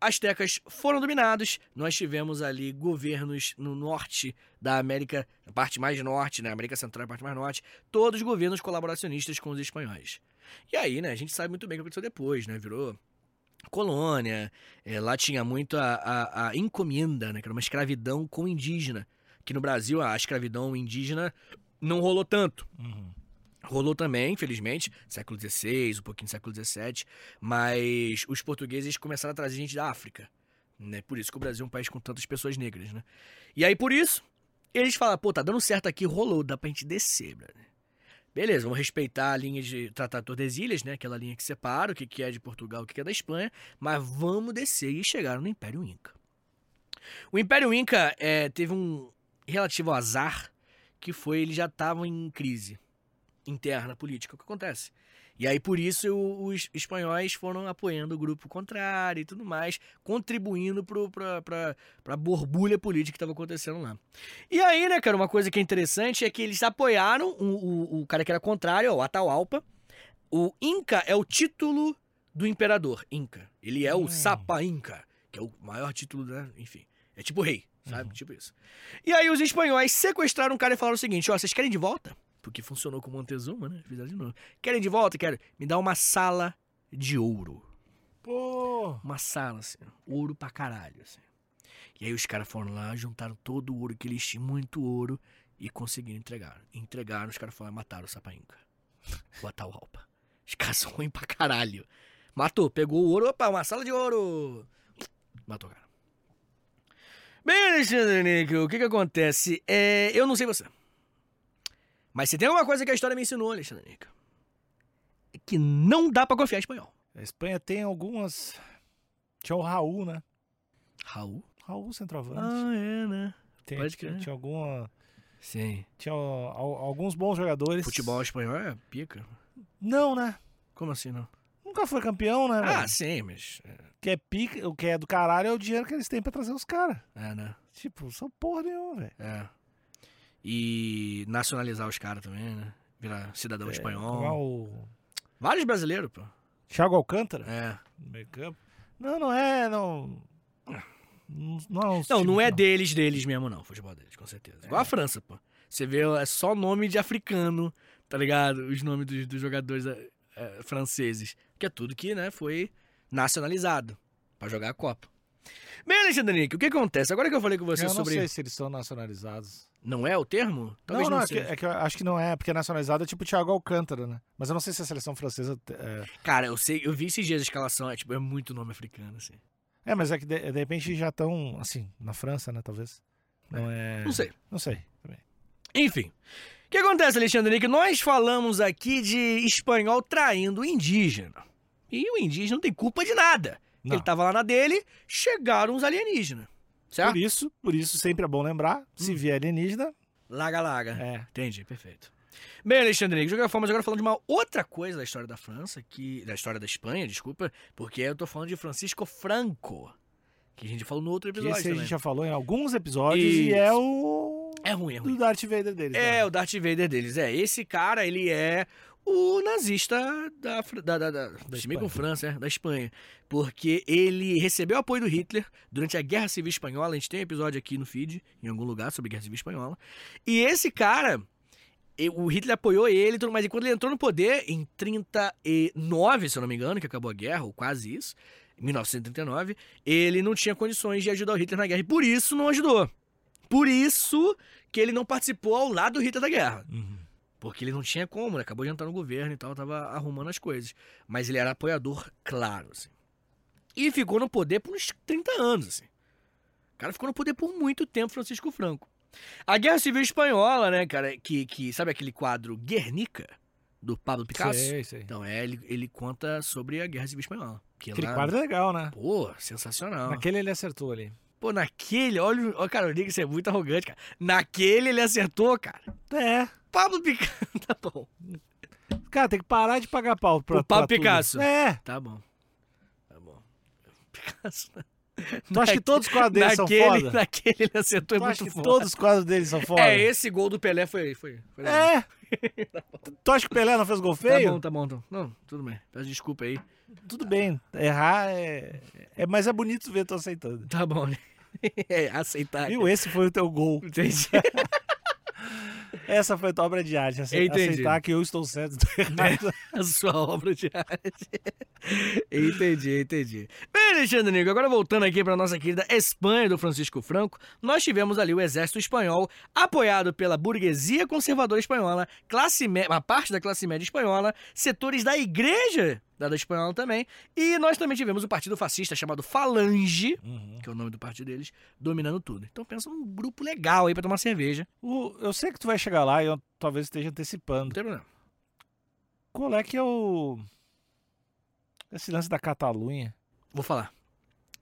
Speaker 3: astecas foram dominados. Nós tivemos ali governos no norte da América, na parte mais norte, né? América Central, a parte mais norte. Todos governos colaboracionistas com os espanhóis. E aí, né? A gente sabe muito bem o que aconteceu depois, né? Virou colônia. É, lá tinha muito a, a, a encomenda, né? Que era uma escravidão com indígena. Que no Brasil a escravidão indígena não rolou tanto.
Speaker 1: uhum.
Speaker 3: Rolou também, infelizmente, século XVI, um pouquinho do século XVII, mas os portugueses começaram a trazer gente da África. Né? Por isso que o Brasil é um país com tantas pessoas negras, né? E aí, por isso, eles falam, pô, tá dando certo aqui, rolou, dá pra gente descer, brother. Beleza, vamos respeitar a linha de Tratado de Tordesilhas, né? Aquela linha que separa o que que é de Portugal, o que que é da Espanha, mas vamos descer e chegaram no Império Inca. O Império Inca é, teve um relativo azar que foi eles já estavam em crise interna política, o que acontece. E aí por isso o- os espanhóis foram apoiando o grupo contrário e tudo mais, contribuindo pro, pra, pra, pra borbulha política que estava acontecendo lá. E aí, né, cara, uma coisa que é interessante é que eles apoiaram o, o, o cara que era contrário, o Atahualpa. O Inca é o título do imperador Inca. Ele é o
Speaker 1: Hum.
Speaker 3: Sapa Inca, que é o maior título, né? Enfim, é tipo rei, sabe? Tipo isso. E aí os espanhóis sequestraram o cara e falaram o seguinte: ó, vocês querem de volta? Porque funcionou com o Montezuma, né? Fizeram de novo. Querem de volta? Querem? Me dá uma sala de ouro.
Speaker 1: Pô.
Speaker 3: Uma sala, assim, ouro pra caralho, assim. E aí os caras foram lá, juntaram todo o ouro que eles tinham, muito ouro, e conseguiram entregar. Entregaram, os caras foram lá e mataram o Sapainca. O Atahualpa. Os caras são ruins pra caralho. Matou, pegou o ouro, opa, uma sala de ouro. Matou o cara. Bem, Alexandre Nico, o que que acontece? É, eu não sei você. Mas se tem uma coisa que a história me ensinou, Alexandre Nico, é que não dá pra confiar em espanhol.
Speaker 1: A Espanha tem algumas. Tinha o Raul, né?
Speaker 3: Raul?
Speaker 1: Raul centroavante.
Speaker 3: Ah, é, né?
Speaker 1: Tem-
Speaker 3: pode
Speaker 1: tinha,
Speaker 3: crer.
Speaker 1: tinha alguma.
Speaker 3: Sim.
Speaker 1: Tinha ó, al- alguns bons jogadores.
Speaker 3: Futebol espanhol é pica.
Speaker 1: Não, né?
Speaker 3: Como assim, não?
Speaker 1: Nunca foi campeão, né?
Speaker 3: Ah,
Speaker 1: velho?
Speaker 3: sim, mas. é,
Speaker 1: O que é pica, o que é do caralho é o dinheiro que eles têm pra trazer os caras.
Speaker 3: É, né?
Speaker 1: Tipo, são porra nenhuma, velho.
Speaker 3: É. E nacionalizar os caras também, né? Virar cidadão
Speaker 1: Como é
Speaker 3: espanhol.
Speaker 1: o
Speaker 3: Vários brasileiros, pô.
Speaker 1: Thiago Alcântara,
Speaker 3: É.
Speaker 1: no meio campo. Não, não é, não. Não, não, é um
Speaker 3: Não,
Speaker 1: time,
Speaker 3: não é deles, deles mesmo, não. Futebol deles, com certeza. Igual a França, pô. Você vê, é só nome de africano, tá ligado? Os nomes dos, dos jogadores é, é, franceses. Que é tudo que, né, foi nacionalizado pra jogar a Copa. Bem, Alexandre Nick, o que acontece? Agora que eu falei com você
Speaker 1: eu
Speaker 3: sobre.
Speaker 1: não sei se eles são nacionalizados.
Speaker 3: Não é o termo? Talvez
Speaker 1: não,
Speaker 3: não,
Speaker 1: não, é que,
Speaker 3: seja.
Speaker 1: é que eu acho que não é, porque nacionalizado é tipo Thiago Alcântara, né? Mas eu não sei se a seleção francesa. É,
Speaker 3: Cara, eu sei, eu vi esses dias a escalação, é tipo, é muito nome africano, assim.
Speaker 1: é, mas é que de, de repente já estão, assim, na França, né? Talvez. Não é.
Speaker 3: Não sei.
Speaker 1: Não sei. também.
Speaker 3: Enfim. O que acontece, Alexandre Nick? Nós falamos aqui de espanhol traindo o indígena. E o indígena não tem culpa de nada.
Speaker 1: Não.
Speaker 3: Ele tava lá na dele, chegaram os alienígenas. Certo?
Speaker 1: Por isso, por isso sempre é bom lembrar,
Speaker 3: Hum.
Speaker 1: se vier alienígena,
Speaker 3: Laga, laga.
Speaker 1: é.
Speaker 3: Entendi, perfeito. Bem, Alexandre, Henrique, de qualquer forma, mas agora falando de uma outra coisa da história da França, que da história da Espanha, desculpa, porque eu tô falando de Francisco Franco, que a gente falou no outro
Speaker 1: Que
Speaker 3: episódio
Speaker 1: esse a
Speaker 3: também.
Speaker 1: gente já falou em alguns episódios e
Speaker 3: Isso.
Speaker 1: é o.
Speaker 3: É ruim, é
Speaker 1: do
Speaker 3: ruim.
Speaker 1: Darth Vader deles.
Speaker 3: É,
Speaker 1: né?
Speaker 3: o Darth Vader deles. É, esse cara, ele é o nazista da. Fra- da, da, da,
Speaker 1: Espanha.
Speaker 3: Espanha. com França, é, da Espanha. Porque ele recebeu apoio do Hitler durante a Guerra Civil Espanhola. A gente tem um episódio aqui no feed, em algum lugar, sobre Guerra Civil Espanhola. E esse cara. e- O Hitler apoiou ele, e tudo mais. E quando ele entrou no poder, em 39, se eu não me engano, que acabou a guerra, ou quase isso, em 1939, ele não tinha condições de ajudar o Hitler na guerra. E por isso não ajudou. Por isso que ele não participou ao lado do Hitler da guerra.
Speaker 1: Uhum.
Speaker 3: Porque ele não tinha como, né? Acabou de entrar no governo e tal, tava arrumando as coisas. Mas ele era apoiador, claro, assim. E ficou no poder por uns 30 anos, assim. O cara ficou no poder por muito tempo, Francisco Franco. A Guerra Civil Espanhola, né, cara, que, que sabe aquele quadro Guernica, do Pablo Picasso?
Speaker 1: Sei, sei.
Speaker 3: Então, é, ele, ele conta sobre a Guerra Civil Espanhola. Que
Speaker 1: Aquele
Speaker 3: lá-
Speaker 1: quadro é legal, né?
Speaker 3: Pô, sensacional.
Speaker 1: Naquele ele acertou ali.
Speaker 3: Pô, naquele, olha, o- olha cara, o Nick, você é muito arrogante, cara. Naquele ele acertou, cara.
Speaker 1: É.
Speaker 3: Pablo Picasso. tá bom.
Speaker 1: Cara, tem que parar de pagar pau pra,
Speaker 3: O Pablo
Speaker 1: pra tudo.
Speaker 3: Picasso.
Speaker 1: É.
Speaker 3: Tá bom. Tá bom. Picasso. né?
Speaker 1: Tu acha que todos os quadros deles são
Speaker 3: naquele,
Speaker 1: foda?
Speaker 3: naquele ele acertou, é
Speaker 1: tu acha
Speaker 3: muito
Speaker 1: que
Speaker 3: foda.
Speaker 1: todos os quadros deles são foda?
Speaker 3: É, esse gol do Pelé foi. foi, foi legal.
Speaker 1: É. tu acha que o Pelé não fez gol
Speaker 3: Tá
Speaker 1: feio?
Speaker 3: bom, tá bom, tá bom. Não, tudo bem. Peço desculpa aí.
Speaker 1: Tudo bem. Errar é... é... Mas é bonito ver tu aceitando.
Speaker 3: Tá bom, né? É, aceitar.
Speaker 1: Viu? Esse foi o teu gol.
Speaker 3: Entendi.
Speaker 1: Essa foi a tua obra de arte. Ace-
Speaker 3: Entendi. É.
Speaker 1: Aceitar que eu estou certo e tu errado.
Speaker 3: a sua obra de arte. entendi, entendi. Bem, Alexandre Nico, agora voltando aqui para nossa querida Espanha do Francisco Franco, nós tivemos ali o exército espanhol, apoiado pela burguesia conservadora espanhola, classe mé- uma parte da classe média espanhola, setores da igreja da da espanhola também, e nós também tivemos o partido fascista chamado Falange,
Speaker 1: Uhum.
Speaker 3: que é o nome do partido deles, dominando tudo. Então pensa um grupo legal aí para tomar cerveja.
Speaker 1: O- Eu sei que tu vai chegar lá e eu talvez esteja antecipando.
Speaker 3: Não tem problema.
Speaker 1: Qual é que é o. Esse lance da Catalunha?
Speaker 3: Vou falar.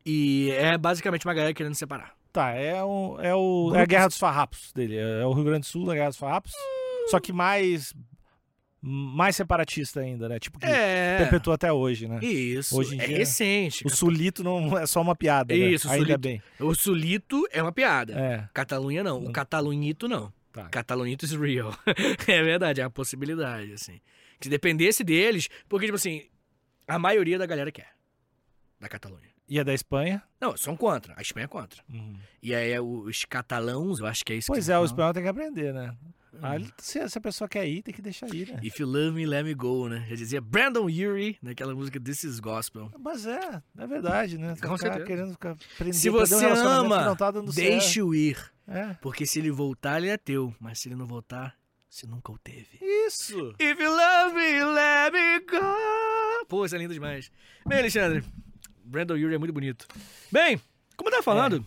Speaker 3: E é basicamente uma galera querendo se separar.
Speaker 1: Tá, é, um, é, o, é a
Speaker 4: Grupos-
Speaker 1: Guerra dos Farrapos dele. É o Rio Grande do Sul na Guerra dos Farrapos. Só que mais. Mais separatista ainda, né? Tipo, que
Speaker 3: É.
Speaker 1: perpetua até hoje, né?
Speaker 3: Isso.
Speaker 1: Hoje em
Speaker 3: é
Speaker 1: dia-
Speaker 3: recente.
Speaker 1: O sulito não é só uma piada. né?
Speaker 3: Isso, o
Speaker 1: ainda
Speaker 3: sulito.
Speaker 1: bem.
Speaker 3: O sulito é uma piada.
Speaker 1: É.
Speaker 3: Catalunha não. O catalunhito não.
Speaker 1: Tá.
Speaker 3: Catalunhito is real. é verdade, é uma possibilidade, assim. Que se dependesse deles, porque, tipo assim, a maioria da galera quer. Da Catalunha.
Speaker 1: E é da Espanha.
Speaker 3: Não, são contra. A Espanha é contra. E aí é os catalãos, eu acho que é isso
Speaker 1: Pois
Speaker 3: que
Speaker 1: é, o
Speaker 3: os
Speaker 1: espanhol tem que aprender, né?
Speaker 3: Hum.
Speaker 1: Ah, ele- se, se a pessoa quer ir, tem que deixar ir, né?
Speaker 3: If you love me, let me go, né? Já dizia Brandon Urie naquela música This is Gospel.
Speaker 1: Mas é, é verdade, né?
Speaker 3: Com
Speaker 1: ficar
Speaker 3: certeza.
Speaker 1: querendo ficar prender,
Speaker 3: Se
Speaker 1: perder um
Speaker 3: você
Speaker 1: relacionamento que
Speaker 3: ama,
Speaker 1: não tá dando certo.
Speaker 3: deixe-o ir.
Speaker 1: É.
Speaker 3: Porque se ele voltar, ele é teu. Mas se ele não voltar, você nunca o teve.
Speaker 1: É. Isso!
Speaker 3: If you love me, let me go. Pô, isso é lindo demais. Bem, Alexandre, Brandon Urie é muito bonito. Bem, como eu tava falando,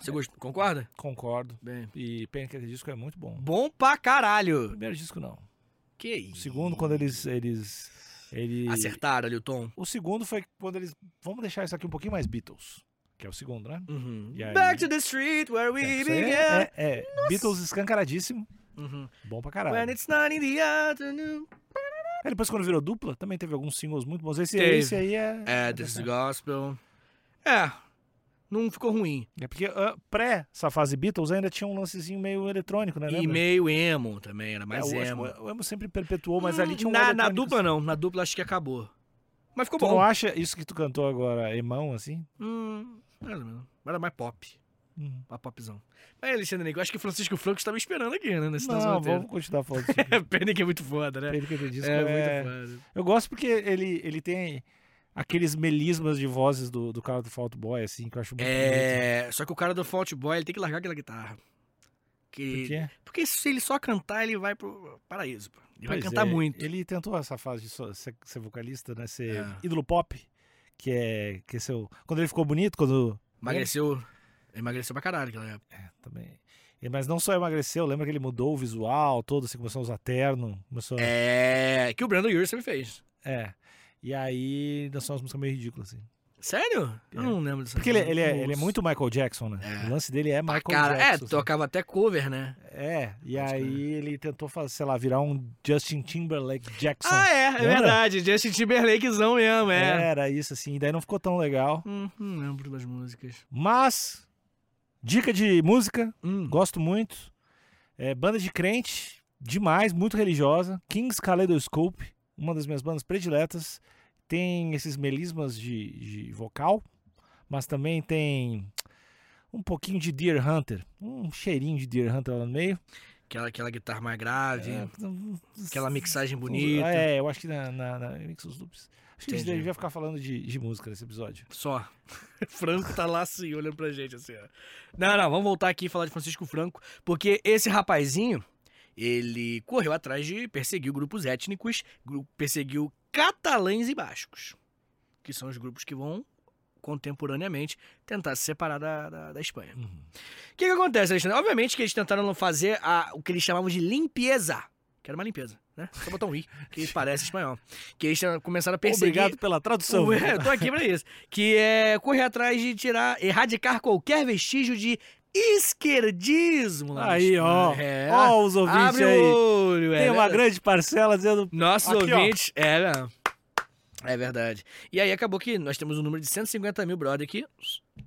Speaker 3: você gost- concorda?
Speaker 1: Concordo.
Speaker 3: É. Bem.
Speaker 1: E pena que aquele disco é muito bom.
Speaker 3: Bom pra
Speaker 1: O
Speaker 3: caralho.
Speaker 1: primeiro disco não.
Speaker 3: Que
Speaker 1: O
Speaker 3: isso.
Speaker 1: segundo, quando eles. eles, eles...
Speaker 3: Acertaram ali o tom.
Speaker 1: O segundo foi quando eles. Vamos deixar isso aqui um pouquinho mais Beatles. Que é o segundo, né?
Speaker 3: Uhum.
Speaker 1: E aí?
Speaker 3: Back to the street where we
Speaker 1: É, isso aí
Speaker 3: began.
Speaker 1: é, é, é. Beatles escancaradíssimo.
Speaker 3: Uhum.
Speaker 1: Bom pra
Speaker 3: When
Speaker 1: caralho.
Speaker 3: it's not in the afternoon.
Speaker 1: Aí depois, quando virou dupla, também teve alguns singles muito bons. Esse,
Speaker 3: Teve.
Speaker 1: esse aí é.
Speaker 3: É, This is Gospel. É, não ficou ruim.
Speaker 1: É porque ah, pré essa fase Beatles ainda tinha um lancezinho meio eletrônico, né?
Speaker 3: E
Speaker 1: lembra?
Speaker 3: meio emo também, era mais
Speaker 1: é, o- acho
Speaker 3: emo. Hum,
Speaker 1: que O emo sempre perpetuou, mas ali tinha um
Speaker 3: na, na
Speaker 1: eletrônico.
Speaker 3: dupla não, na dupla acho que acabou. Mas ficou
Speaker 1: Tu
Speaker 3: bom.
Speaker 1: não acha isso que tu cantou agora, emão, assim?
Speaker 3: Hum, mais ou menos. Era mais pop.
Speaker 1: Hum.
Speaker 3: Mais popzão. Mas, Alexandre Nico, acho que Francisco Franco estava esperando aqui, né? Nesse nosso
Speaker 1: Não,
Speaker 3: roteiro.
Speaker 1: vamos continuar falando disso. aqui.
Speaker 3: Pena que é muito foda, né?
Speaker 1: Pena que aquele disco
Speaker 3: É,
Speaker 1: é-
Speaker 3: muito foda.
Speaker 1: Eu gosto porque ele, ele tem aqueles melismas de vozes do, do cara do Fault Boy, assim, que eu acho muito bonito.
Speaker 3: É, só que o cara do Fault Boy, ele tem que largar aquela guitarra. Que...
Speaker 1: Por quê?
Speaker 3: Porque se ele só cantar, ele vai pro paraíso, pô. Ele vai
Speaker 1: Pois
Speaker 3: cantar
Speaker 1: é,
Speaker 3: muito.
Speaker 1: Ele tentou essa fase de so- ser, ser vocalista, né? Ser
Speaker 3: É.
Speaker 1: ídolo pop, que é. Que é seu... Quando ele ficou bonito, quando. é,
Speaker 3: Emagreceu. Emagreceu pra caralho aquela época.
Speaker 1: Também. E- Mas não só emagreceu, lembra que ele mudou o visual todo, assim, começou a usar terno. Começou... a-
Speaker 3: É. Que o Brandon Urie sempre fez.
Speaker 1: É. E aí dançou umas músicas meio ridículas, assim.
Speaker 3: Sério?
Speaker 1: É.
Speaker 3: Eu não lembro disso.
Speaker 1: Porque ele, ele é, ele é muito Michael Jackson, né?
Speaker 3: É.
Speaker 1: O lance dele é Michael
Speaker 3: Cara, é,
Speaker 1: Jackson. assim.
Speaker 3: tocava até cover, né?
Speaker 1: É, e
Speaker 3: Pode
Speaker 1: aí ele tentou, fa- sei lá, virar um Justin Timberlake Jackson.
Speaker 3: Ah, é, é
Speaker 1: Lembra?
Speaker 3: verdade. Justin Timberlakezão mesmo, é.
Speaker 1: Era isso, assim, e daí não ficou tão legal.
Speaker 3: Hum, não lembro das músicas.
Speaker 1: Mas, dica de música,
Speaker 3: Hum.
Speaker 1: gosto muito. É, banda de crente, demais, muito religiosa. Kings Kaleidoscope, uma das minhas bandas prediletas. Tem esses melismas de, de vocal, mas também tem um pouquinho de Deer Hunter, um cheirinho de Deer Hunter lá no meio.
Speaker 3: Aquela, aquela guitarra mais grave,
Speaker 1: É,
Speaker 3: aquela mixagem bonita.
Speaker 1: É, eu acho que na, na, na Mix os Loops. Acho que a gente
Speaker 3: Entendi.
Speaker 1: devia ficar falando de, de música nesse episódio.
Speaker 3: Só. Franco tá lá assim, olhando pra gente assim, ó. Não, não, vamos voltar aqui e falar de Francisco Franco, porque esse rapazinho, ele correu atrás de perseguiu grupos étnicos, gru- perseguiu catalães e bascos, que são os grupos que vão contemporaneamente tentar se separar da, da, da Espanha. O que, que acontece, Alexandre? Obviamente que eles tentaram fazer a- o que eles chamavam de limpeza, que era uma limpeza, né? Só botar um i, que parece espanhol. Que eles começaram a perseguir...
Speaker 1: Obrigado pela tradução.
Speaker 3: Ué, eu tô aqui pra isso. Que é correr atrás de tirar, erradicar qualquer vestígio de esquerdismo. lá na
Speaker 1: Aí,
Speaker 3: Espanha.
Speaker 1: ó.
Speaker 3: É.
Speaker 1: Ó, os ouvintes
Speaker 3: Abre
Speaker 1: aí.
Speaker 3: o olho.
Speaker 1: Tem
Speaker 3: é
Speaker 1: uma
Speaker 3: verdade.
Speaker 1: grande parcela dizendo.
Speaker 3: Nossos
Speaker 1: Aqui, ó.
Speaker 3: ouvintes... É, mesmo. É verdade. E aí acabou que nós temos um número de 150 mil, brother, que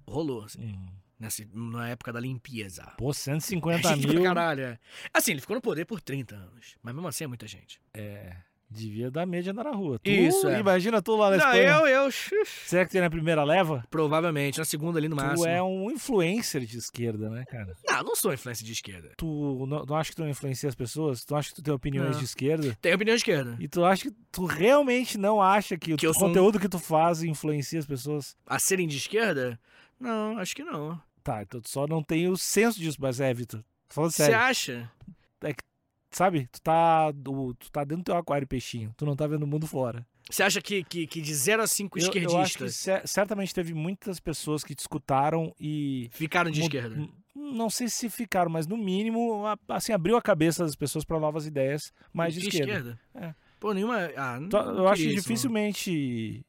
Speaker 3: rolou. assim, nessa, na época da limpeza.
Speaker 1: Pô,
Speaker 3: É
Speaker 1: 150
Speaker 3: gente pra
Speaker 1: mil.
Speaker 3: Caralho, é. Assim, ele ficou no poder por 30 anos. Mas mesmo assim é muita gente.
Speaker 1: Devia dar média na rua. Tu,
Speaker 3: Isso, é.
Speaker 1: Imagina tu lá na
Speaker 3: Não,
Speaker 1: Espanha.
Speaker 3: eu, eu...
Speaker 1: Será que tem na primeira leva?
Speaker 3: Provavelmente, na segunda ali no máximo.
Speaker 1: Tu é um influencer de esquerda, né, cara?
Speaker 3: Não, não sou influência de esquerda.
Speaker 1: Tu não, não acha que tu influencia as pessoas? Tu acha que tu tem opiniões
Speaker 3: Não.
Speaker 1: de esquerda?
Speaker 3: Tem opinião de esquerda.
Speaker 1: E tu acha que tu realmente não acha que,
Speaker 3: Que
Speaker 1: o
Speaker 3: eu sou um-
Speaker 1: conteúdo que tu faz influencia as pessoas?
Speaker 3: A serem de esquerda? Não, acho que não.
Speaker 1: Tá, então tu só não tem o senso disso, mas é, Vitor. Tô falando
Speaker 3: Você
Speaker 1: sério.
Speaker 3: acha?
Speaker 1: Sabe? Tu tá, do- tu tá dentro do teu aquário, peixinho. Tu não tá vendo o mundo fora.
Speaker 3: Você acha que, que, que de 0 a 5
Speaker 1: Eu- Eu, acho que
Speaker 3: esquerdistas
Speaker 1: cer- certamente teve muitas pessoas que te escutaram e.
Speaker 3: ficaram de
Speaker 1: mu-
Speaker 3: esquerda?
Speaker 1: n- Não sei se ficaram, mas no mínimo, a- assim, abriu a cabeça das pessoas pra novas ideias mais de, esquerda.
Speaker 3: esquerda? Pô, nenhuma. Ah, é. não,
Speaker 1: Tu-
Speaker 3: não
Speaker 1: eu acho
Speaker 3: queria
Speaker 1: que
Speaker 3: isso,
Speaker 1: dificilmente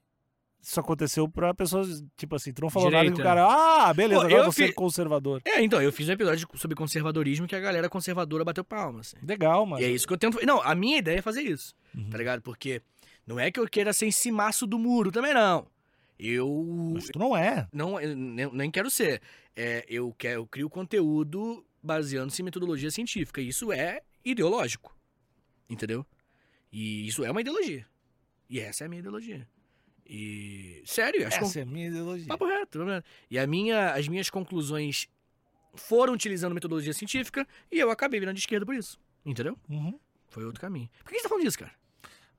Speaker 1: Isso aconteceu pra pessoas, tipo assim, tu não falou nada
Speaker 3: Direita.
Speaker 1: que o cara, ah, beleza,
Speaker 3: Pô,
Speaker 1: agora
Speaker 3: eu
Speaker 1: eu você
Speaker 3: fi-
Speaker 1: é conservador.
Speaker 3: É, então, eu fiz um episódio sobre conservadorismo que a galera conservadora bateu palma, assim.
Speaker 1: Legal, mano.
Speaker 3: E é isso que eu tento. Não, a minha ideia é fazer isso.
Speaker 1: Uhum.
Speaker 3: Tá ligado? Porque não é que eu queira ser em cimaço do muro, também não. Eu.
Speaker 1: Mas tu não é.
Speaker 3: Não, eu nem, nem quero ser. É, eu, quero, eu crio conteúdo baseando-se em metodologia científica. E isso é ideológico. Entendeu? E isso é uma ideologia. E essa é a minha ideologia. E. Sério, acho que. um
Speaker 1: Essa é a minha ideologia.
Speaker 3: Papo reto, papo reto. E a minha, as minhas conclusões foram utilizando metodologia científica e eu acabei virando de esquerda por isso. Entendeu?
Speaker 1: Uhum.
Speaker 3: Foi outro caminho. Por que a gente tá falando disso, cara?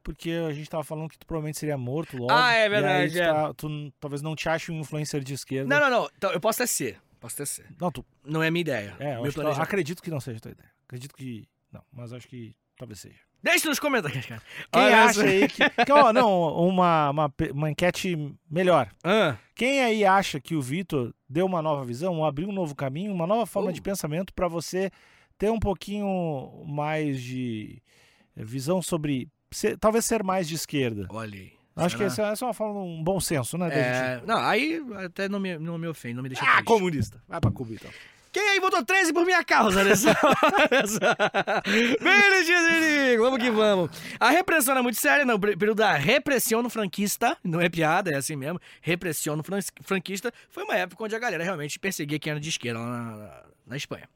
Speaker 1: Porque a gente tava falando que tu provavelmente seria morto logo.
Speaker 3: Ah, é
Speaker 1: e aí
Speaker 3: verdade,
Speaker 1: tu
Speaker 3: é.
Speaker 1: tá- tu n- talvez não te ache um influencer de esquerda.
Speaker 3: Não, não, não. Então, eu posso até ser. Posso até ser.
Speaker 1: Não, tu,
Speaker 3: Não é a minha ideia.
Speaker 1: é, eu
Speaker 3: meu
Speaker 1: acho que tu-
Speaker 3: planejamento.
Speaker 1: acredito que não seja a tua ideia. Acredito que. Não, mas acho que talvez seja.
Speaker 3: Deixa nos comentários, cara.
Speaker 1: Quem
Speaker 3: Olha
Speaker 1: acha
Speaker 3: só.
Speaker 1: aí que. que, ó, não, uma, uma, pe- uma enquete melhor.
Speaker 3: Ah,
Speaker 1: Quem aí acha que o Vitor deu uma nova visão, abriu um novo caminho, uma nova forma
Speaker 3: Uh.
Speaker 1: de pensamento para você ter um pouquinho mais de eh, visão sobre. ser- talvez ser mais de esquerda.
Speaker 3: olha aí.
Speaker 1: Acho que
Speaker 3: Será?
Speaker 1: essa essa é uma forma, um bom senso, né? da gente-
Speaker 3: É, não, aí até não me, não me ofende, não me deixa
Speaker 1: Ah,
Speaker 3: triste.
Speaker 1: comunista. Vai pra Cuba, então.
Speaker 3: Quem aí votou 13 por minha causa né? nessa hora? nessa- Benedito Rodrigo, vamos que vamos. A repressão era muito séria, não. O período da repressão no franquista, não é piada, é assim mesmo. Repressão no fran- franquista foi uma época onde a galera realmente perseguia quem era de esquerda lá na, na- na Espanha.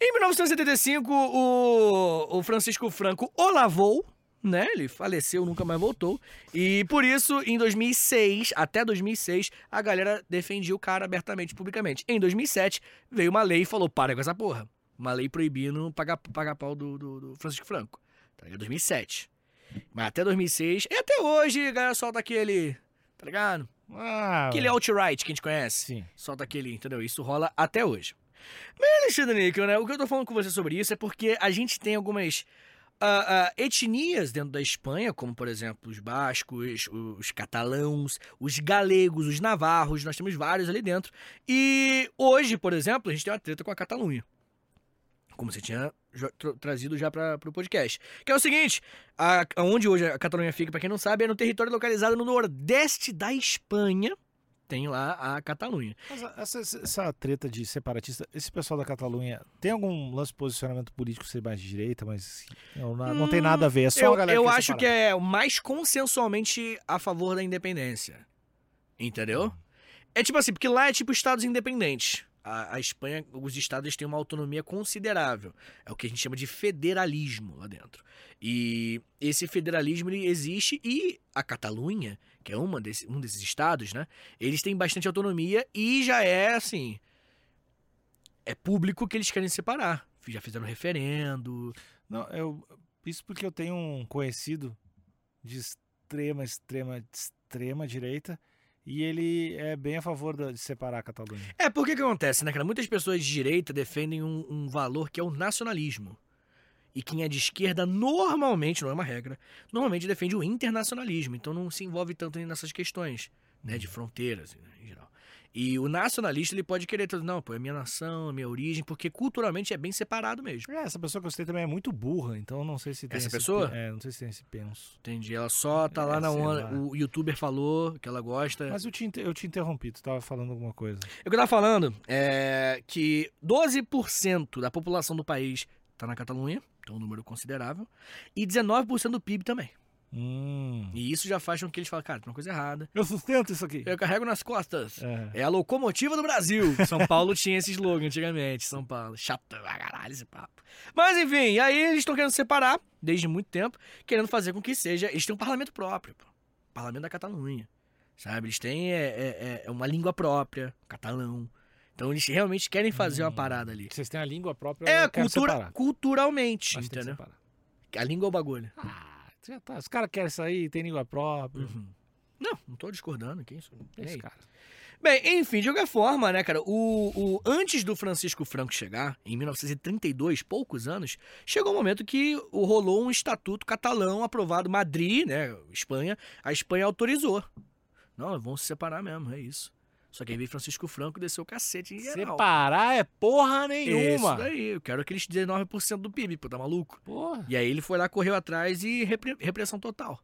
Speaker 3: Em 1975, o, o Francisco Franco olavou, né? Ele faleceu, nunca mais voltou. E por isso, em 2006, até 2006, a galera defendia o cara abertamente, publicamente. Em 2007, veio uma lei e falou: para com essa porra. Uma lei proibindo pagar, pagar pau do, do- do Francisco Franco. Tá ligado? 2007. Mas até 2006, e até hoje, a galera solta aquele. Tá ligado?
Speaker 1: Ah,
Speaker 3: Aquele alt-right que a gente conhece.
Speaker 1: sim.
Speaker 3: Solta aquele, entendeu? Isso rola até hoje. Mas, Alexandre Níquel, né? O que eu tô falando com você sobre isso é porque a gente tem algumas ah, ah, etnias dentro da Espanha, como, por exemplo, os bascos, os catalãos, os galegos, os navarros, nós temos vários ali dentro. E hoje, por exemplo, a gente tem uma treta com a Catalunha. Como você tinha jo- tra- trazido já para o podcast. Que é o seguinte: a, onde hoje a Catalunha fica, para quem não sabe, é no território localizado no nordeste da Espanha. Tem lá a Catalunha.
Speaker 1: Mas a- essa, essa- essa treta de separatista, esse pessoal da Catalunha tem algum lance de posicionamento político ser mais de direita, mas não, na- não tem
Speaker 3: Hum,
Speaker 1: nada a ver, é só
Speaker 3: eu,
Speaker 1: a galera
Speaker 3: eu
Speaker 1: que
Speaker 3: acho que é o mais consensualmente a favor da independência.
Speaker 1: Uhum.
Speaker 3: Entendeu? É tipo assim, porque lá é tipo estados independentes. A, a Espanha, os estados têm uma autonomia considerável. É o que a gente chama de federalismo lá dentro. E esse federalismo ele existe e a Catalunha, que é uma desse- um desses estados, né? Eles têm bastante autonomia e já é assim. É público que eles querem separar. Já fizeram referendo.
Speaker 1: Não, eu, isso porque eu tenho um conhecido de extrema, extrema, extrema direita e ele é bem a favor da- de separar a Catalunha.
Speaker 3: É, porque que acontece, né, cara? Muitas pessoas de direita defendem um, um valor que é o nacionalismo. E quem é de esquerda normalmente, não é uma regra, normalmente defende o internacionalismo. Então não se envolve tanto nessas questões, né? De fronteiras, né, em geral. E o nacionalista, ele pode querer, tudo, não, pô, é minha nação, é minha origem, porque culturalmente é bem separado mesmo.
Speaker 1: É, essa pessoa que eu citei também é muito burra, então não sei se tem
Speaker 3: Essa
Speaker 1: esse pe-
Speaker 3: pessoa?
Speaker 1: É, não sei se tem esse penso.
Speaker 3: Entendi. Ela só tá lá
Speaker 1: É,
Speaker 3: na
Speaker 1: sei
Speaker 3: onda,
Speaker 1: lá.
Speaker 3: o youtuber falou que ela gosta.
Speaker 1: Mas eu te, inter- eu te interrompi, tu tava falando alguma coisa.
Speaker 3: O que eu tava falando é que 12% da população do país tá na Catalunha, então um número considerável, e 19% do PIB também.
Speaker 1: Hum.
Speaker 3: E isso já faz com que eles falem, cara, tem uma coisa errada.
Speaker 1: Eu sustento isso aqui.
Speaker 3: Eu carrego nas costas.
Speaker 1: É.
Speaker 3: É a locomotiva do Brasil. São Paulo tinha esse slogan antigamente. São Paulo. Chato pra caralho esse papo. Mas enfim, e aí eles estão querendo separar, desde muito tempo, querendo fazer com que seja. Eles têm um parlamento próprio, pô. Parlamento da Catalunha. Sabe? Eles têm é, é- é uma língua própria, catalão. Então eles realmente querem fazer uma
Speaker 1: Hum.
Speaker 3: parada ali.
Speaker 1: Vocês têm a língua própria,
Speaker 3: É,
Speaker 1: eu quero
Speaker 3: cultura,
Speaker 1: separar.
Speaker 3: culturalmente,
Speaker 1: Mas tem que
Speaker 3: entendeu?
Speaker 1: separar.
Speaker 3: A língua é o bagulho.
Speaker 1: Ah, já tá. Os caras querem sair, tem língua própria.
Speaker 3: Uhum. Não, não tô discordando. Quem sou?
Speaker 1: É
Speaker 3: Nem aí.
Speaker 1: Esse cara.
Speaker 3: Bem, enfim, de qualquer forma, né, cara, o, o- antes do Francisco Franco chegar, em 1932, poucos anos, chegou o momento que o- rolou um estatuto catalão aprovado, Madrid, né, Espanha, a Espanha autorizou. Não, vão se separar mesmo, é isso. Só que aí veio Francisco Franco e desceu o cacete em geral.
Speaker 1: Separar é porra
Speaker 3: Isso
Speaker 1: nenhuma.
Speaker 3: daí, eu quero aqueles 19% do PIB, pô, tá maluco?
Speaker 1: Porra.
Speaker 3: E aí ele foi lá, correu atrás e repre- repressão total.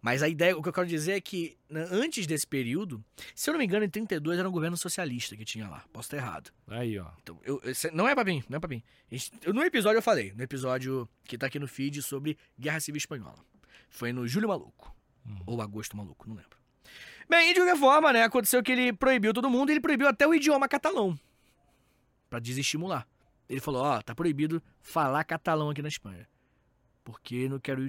Speaker 3: Mas a ideia, o que eu quero dizer é que né, antes desse período, se eu não me engano, em 32 era um governo socialista que tinha lá. Posso estar errado.
Speaker 1: Aí, ó.
Speaker 3: Então, eu, eu- cê- não é pra mim, não é pra mim. A gente- eu- no episódio eu falei, no episódio que tá aqui no feed sobre Guerra Civil Espanhola. Foi no Julho Maluco. Ou Agosto Maluco, não lembro. Bem, e de qualquer forma, né, aconteceu que ele proibiu todo mundo, ele proibiu até o idioma catalão. Pra desestimular. Ele falou, ó, tá proibido falar catalão aqui na Espanha. Porque não quero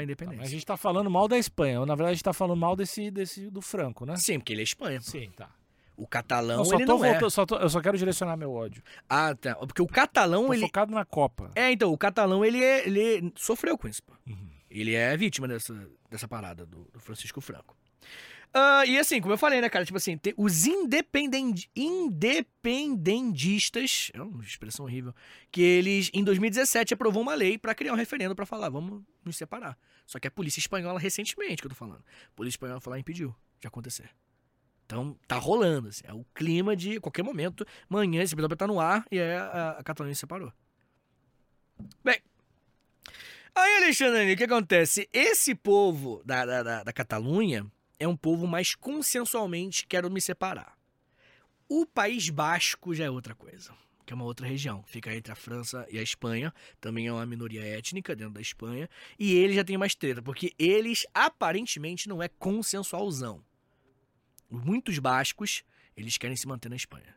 Speaker 1: Tá, mas
Speaker 3: a
Speaker 1: a
Speaker 3: independência.
Speaker 1: gente tá falando mal da Espanha. Ou, na verdade, a gente tá falando mal desse, desse do Franco, né?
Speaker 3: Sim, porque ele é Espanha.
Speaker 1: Sim, tá.
Speaker 3: O catalão,
Speaker 1: Eu só
Speaker 3: ele
Speaker 1: tô
Speaker 3: não é.
Speaker 1: voltando- só tô- eu só quero direcionar meu ódio.
Speaker 3: Ah, tá. Porque o catalão,
Speaker 1: Tô
Speaker 3: ele...
Speaker 1: focado na Copa.
Speaker 3: É, então, o catalão, ele, é- ele sofreu com isso, pô.
Speaker 1: Uhum.
Speaker 3: Ele é vítima dessa, dessa parada do, do Francisco Franco. Ah, e assim, como eu falei, né, cara? Tipo assim, tem os independen- independendistas, é uma expressão horrível, que eles, em 2017, aprovou uma lei pra criar um referendo pra falar, vamos nos separar. Só que a polícia espanhola, recentemente, que eu tô falando, a polícia espanhola foi lá e impediu de acontecer. Então, tá rolando, assim, é o clima de qualquer momento, amanhã esse episódio vai estar no ar e é, a, a Catalunha se separou. Aí, Alexandre, o que acontece? Esse povo da, da, da, da Catalunha é um povo mais consensualmente quero me separar. O País Basco já é outra coisa, que é uma outra região. Fica entre a França e a Espanha, também é uma minoria étnica dentro da Espanha, e eles já têm mais treta, porque eles aparentemente não é consensualzão. Muitos bascos, eles querem se manter na Espanha.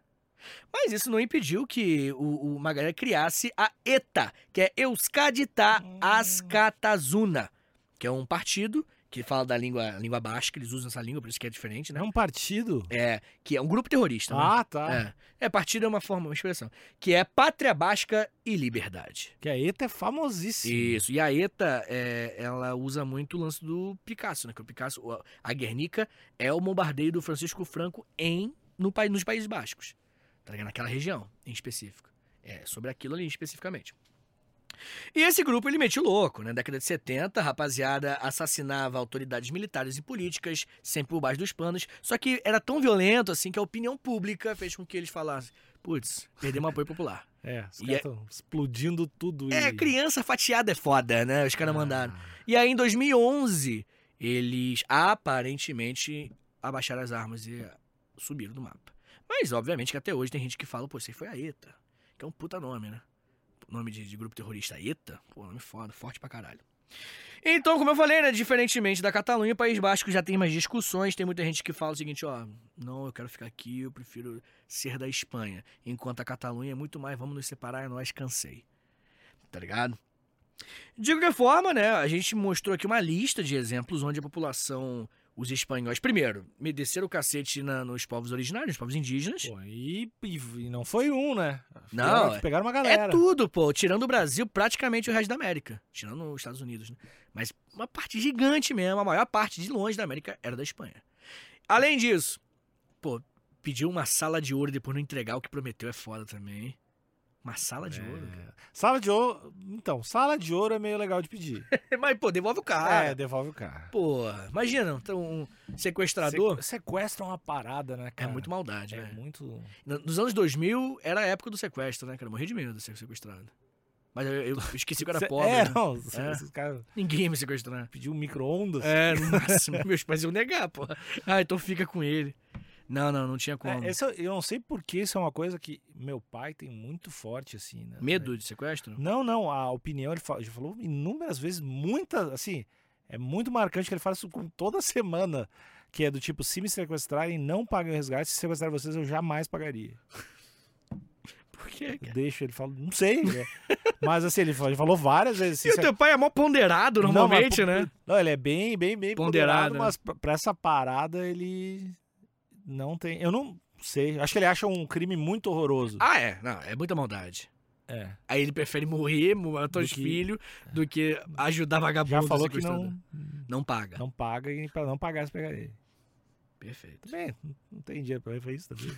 Speaker 3: Mas isso não impediu que o, o Magalhães criasse a ETA, que é Euskadita Askatazuna, que é um partido que fala da língua, língua basca, eles usam essa língua, por isso que é diferente, né?
Speaker 1: É um partido?
Speaker 3: É, que é um grupo terrorista, né?
Speaker 1: Ah, tá.
Speaker 3: É. é, partido é uma forma, uma expressão. Que é Pátria Basca e Liberdade.
Speaker 1: Que a ETA é famosíssima.
Speaker 3: Isso. E a ETA, é, ela usa muito o lance do Picasso, né? Que o Picasso, o- a Guernica é o bombardeio do Francisco Franco em no, pai- nos Países Bascos. Tá ligado? Naquela região, em específico. É, sobre aquilo ali especificamente. E esse grupo ele metia o louco, né? Década de 70, a rapaziada assassinava autoridades militares e políticas, sempre por baixo dos panos. Só que era tão violento assim que a opinião pública fez com que eles falassem: putz, perdemos apoio popular.
Speaker 1: É, os
Speaker 3: E
Speaker 1: caras
Speaker 3: é-
Speaker 1: tão explodindo tudo.
Speaker 3: É,
Speaker 1: e... Ah,
Speaker 3: criança fatiada é foda, né? Os caras mandaram. E aí, em 2011, eles aparentemente abaixaram as armas e subiram do mapa. Mas, obviamente, que até hoje tem gente que fala, pô, isso aí foi a ETA. Que é um puta nome, né? Nome de, de grupo terrorista ETA? Pô, nome foda, forte pra caralho. Então, como eu falei, né? Diferentemente da Catalunha, o País Basco já tem mais discussões. Tem muita gente que fala o seguinte, ó... Não, eu quero ficar aqui, eu prefiro ser da Espanha. Enquanto a Catalunha é muito mais, vamos nos separar, é nós, cansei. Tá ligado? De qualquer forma, né, a gente mostrou aqui uma lista de exemplos onde a população, os espanhóis, primeiro, me desceram o cacete na- nos povos originários, nos povos indígenas.
Speaker 1: Pô, e, e- e não foi um, né?
Speaker 3: Não,
Speaker 1: Pegaram- Pegaram uma galera.
Speaker 3: É tudo, pô. Tirando o Brasil, praticamente o resto da América. Tirando os Estados Unidos, né? Mas uma parte gigante mesmo, a maior parte de longe da América era da Espanha. Além disso, pô, pediu uma sala de ouro e depois não entregar o que prometeu é foda também. Uma sala de ouro,
Speaker 1: É.
Speaker 3: cara.
Speaker 1: Sala de ouro. Então, sala de ouro é meio legal de pedir.
Speaker 3: Mas, pô, devolve o cara.
Speaker 1: é, devolve o cara.
Speaker 3: Porra, imagina, então, um sequestrador.
Speaker 1: Se- Sequestra uma parada, né,
Speaker 3: É
Speaker 1: cara?
Speaker 3: muito maldade,
Speaker 1: É
Speaker 3: né?
Speaker 1: muito.
Speaker 3: No- Nos anos 2000 era a época do sequestro, né, cara? Eu morri de medo de ser sequestrado. Mas eu, eu esqueci que eu era
Speaker 1: Cê-
Speaker 3: pobre.
Speaker 1: É,
Speaker 3: né?
Speaker 1: não. cê-
Speaker 3: É.
Speaker 1: Esses caras
Speaker 3: Ninguém ia me sequestrar.
Speaker 1: pediu um micro-ondas.
Speaker 3: É, no máximo. Meus pais iam negar, pô. Ah, então fica com ele. Não, não, não tinha como.
Speaker 1: É, esse eu- eu não sei porque isso é uma coisa que meu pai tem muito forte, assim, né?
Speaker 3: Medo de sequestro?
Speaker 1: Não, não, a opinião, ele fa- já falou inúmeras vezes, muitas, assim, é muito marcante que ele fala isso com toda semana, que é do tipo, se me sequestrarem, não paguem o resgate, se sequestrar vocês, eu jamais pagaria.
Speaker 3: Por quê?
Speaker 1: Eu
Speaker 3: cara?
Speaker 1: deixo, ele fala, não sei, né? mas assim, ele fa- ele falou, várias vezes. se
Speaker 3: E o
Speaker 1: se-
Speaker 3: teu pai é mó ponderado
Speaker 1: Não,
Speaker 3: normalmente,
Speaker 1: mas-
Speaker 3: né?
Speaker 1: Não, ele é bem, bem, bem
Speaker 3: Ponderado,
Speaker 1: ponderado,
Speaker 3: né?
Speaker 1: mas pra- pra essa parada ele não tem, eu não sei, acho que ele acha um crime muito horroroso.
Speaker 3: Ah, tá é. Não, é muita maldade.
Speaker 1: É.
Speaker 3: Aí ele prefere morrer, matar
Speaker 1: Do
Speaker 3: os
Speaker 1: que- É.
Speaker 3: filhos, do que ajudar vagabundo.
Speaker 1: Já falou que
Speaker 3: sequestrador.
Speaker 1: não,
Speaker 3: Não paga.
Speaker 1: não paga e pra não pagar, se pegaria.
Speaker 3: Perfeito.
Speaker 1: Também, não tem dinheiro pra fazer isso também.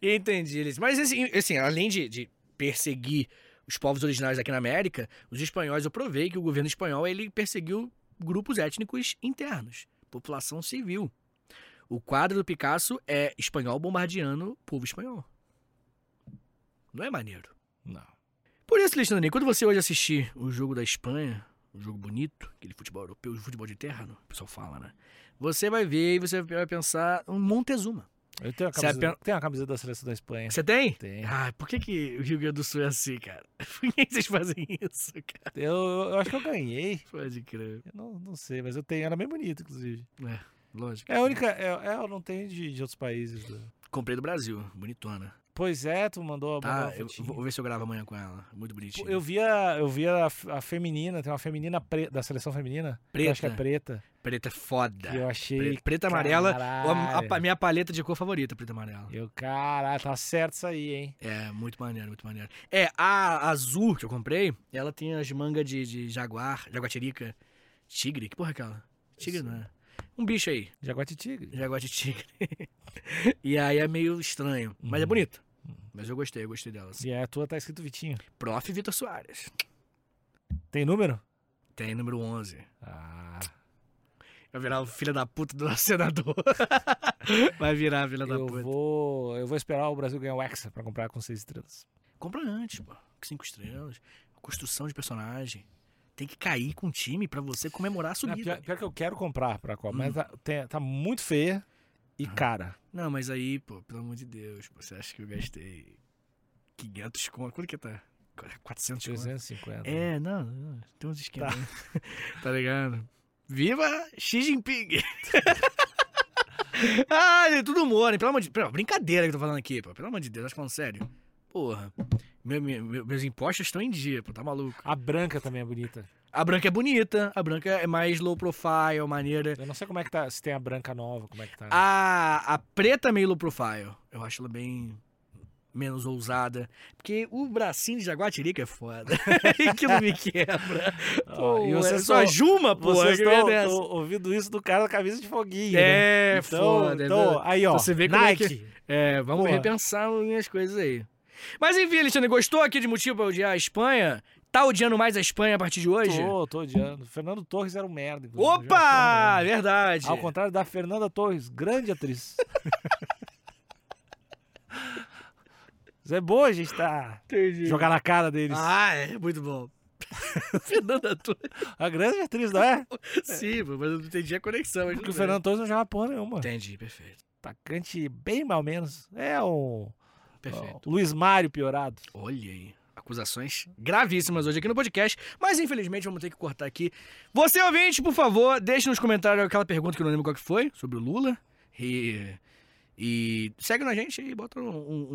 Speaker 3: Entendi, eles. Mas assim, assim, além de, de perseguir os povos originários aqui na América, os espanhóis eu provei que o governo espanhol ele perseguiu grupos étnicos internos, população civil. O quadro do Picasso é espanhol bombardeando povo espanhol. Não é maneiro.
Speaker 1: Não.
Speaker 3: Por isso, Alexandre, quando você hoje assistir o jogo da Espanha, um jogo bonito, aquele futebol europeu, um futebol de terra, não? o pessoal fala, né? Você vai ver e você vai pensar um Montezuma.
Speaker 1: Eu tenho a
Speaker 3: Você é
Speaker 1: camiseta, tenho a camiseta da seleção da Espanha.
Speaker 3: Você tem?
Speaker 1: Tem.
Speaker 3: Ah, por que, que o Rio Grande do Sul é assim, cara? Por que vocês fazem isso, cara?
Speaker 1: Eu, eu acho que eu ganhei.
Speaker 3: Pode crer.
Speaker 1: Eu não, não sei, mas eu tenho. Era bem bonito, inclusive.
Speaker 3: Lógico.
Speaker 1: É a única. É, é, eu não tenho de, de outros países. né? do-
Speaker 3: Comprei do Brasil, bonitona.
Speaker 1: Pois é, tu mandou, mandou
Speaker 3: Tá,
Speaker 1: uma
Speaker 3: eu
Speaker 1: fotinha.
Speaker 3: vou vou ver se eu gravo amanhã com ela. Muito bonitinho.
Speaker 1: Pô, Eu via, eu via a, f- a feminina, tem uma feminina pre- da seleção feminina. que eu acho que é preta.
Speaker 3: Preta é foda.
Speaker 1: Que eu achei.
Speaker 3: Preta, preta amarela, a,
Speaker 1: Caralho.
Speaker 3: a- a minha paleta de cor favorita, preta e amarela.
Speaker 1: Eu, caralho, tá certo isso aí, hein?
Speaker 3: É, muito maneiro, muito maneiro. É, a azul que eu comprei, ela tem as mangas de, de jaguar, jaguatirica, tigre, que porra é aquela? Tigre não é. Um bicho aí,
Speaker 1: Jaguate Tigre.
Speaker 3: jaguar de tigre. e aí é meio estranho, mas é
Speaker 1: Uhum.
Speaker 3: bonito. Mas eu gostei, eu gostei dela. assim.
Speaker 1: E a tua tá escrito Vitinho.
Speaker 3: Prof. Vitor Soares,
Speaker 1: Tem número?
Speaker 3: tem número 11.
Speaker 1: Ah.
Speaker 3: Vai virar o filho da puta do senador. Vai virar filho da
Speaker 1: Eu
Speaker 3: puta.
Speaker 1: vou, eu vou esperar o Brasil ganhar o Hexa pra comprar com seis estrelas.
Speaker 3: Compra antes, pô. Cinco estrelas. Construção de personagem. Tem que cair com o time pra você comemorar a
Speaker 1: Não,
Speaker 3: subida.
Speaker 1: Ah, pior, pior que eu quero comprar pra Copa,
Speaker 3: Hum. Ah,
Speaker 1: mas tá, tem- tá muito feia e cara.
Speaker 3: Não, mas aí, pô, pelo amor de Deus, pô, você acha que eu gastei 500 conto? Quanto que tá? 400 conto?
Speaker 1: 350.
Speaker 3: É, não, não, tem uns esquemas. Tá. tá ligado? Viva Xi Jinping! ah, é tudo humor, hein? Pelo amor de Deus. Brincadeira que eu tô falando aqui, pô. Pelo amor de Deus, tá falando sério. Porra. Meu- meu- meus impostos estão em dia, pô. Tá maluco.
Speaker 1: A branca também é bonita.
Speaker 3: A branca é bonita, a branca é mais low profile, maneira.
Speaker 1: Eu não sei como é que tá, se tem a branca nova, como é que tá.
Speaker 3: A, a preta é meio low profile. Eu acho ela bem menos ousada. Porque o bracinho de jaguatirica é foda. que não me quebra.
Speaker 1: Ó,
Speaker 3: Pô,
Speaker 1: e
Speaker 3: é
Speaker 1: vocês
Speaker 3: só
Speaker 1: tão-
Speaker 3: Juma, pô.
Speaker 1: Vocês
Speaker 3: que merda
Speaker 1: estão
Speaker 3: é essa?
Speaker 1: ouvindo isso do cara da camisa de foguinho, né?
Speaker 3: É,
Speaker 1: então,
Speaker 3: foda.
Speaker 1: então,
Speaker 3: né?
Speaker 1: aí, ó,
Speaker 3: Então você vê como é
Speaker 1: Nike.
Speaker 3: que- É, vamos
Speaker 1: Porra.
Speaker 3: repensar algumas coisas aí. Mas enfim, Alexandre, gostou aqui de motivo pra odiar a Espanha? Tá odiando mais a Espanha a partir
Speaker 1: é
Speaker 3: de hoje?
Speaker 1: Tô, tô odiando. Fernando Torres era um merda. inclusive, eu já
Speaker 3: Opa!
Speaker 1: tô
Speaker 3: Verdade.
Speaker 1: odiando. Ao contrário da Fernanda Torres, grande atriz. Mas é boa a gente tá
Speaker 3: Entendi.
Speaker 1: jogar na cara deles.
Speaker 3: Ah, é, muito bom. Fernanda Torres.
Speaker 1: A grande atriz, não é?
Speaker 3: Sim, pô, mas eu não entendi a conexão. mas
Speaker 1: Porque
Speaker 3: tudo
Speaker 1: o
Speaker 3: bem.
Speaker 1: Fernando Torres não joga porra nenhuma.
Speaker 3: Entendi, perfeito.
Speaker 1: Atacante bem mal menos. É um
Speaker 3: Perfeito.
Speaker 1: um Luiz Mário piorado.
Speaker 3: Olha aí. Acusações gravíssimas hoje aqui no podcast, mas infelizmente vamos ter que cortar aqui. Você ouvinte, por favor, deixe nos comentários aquela pergunta que eu não lembro qual que foi, sobre o Lula. E, e segue na gente e bota um, um,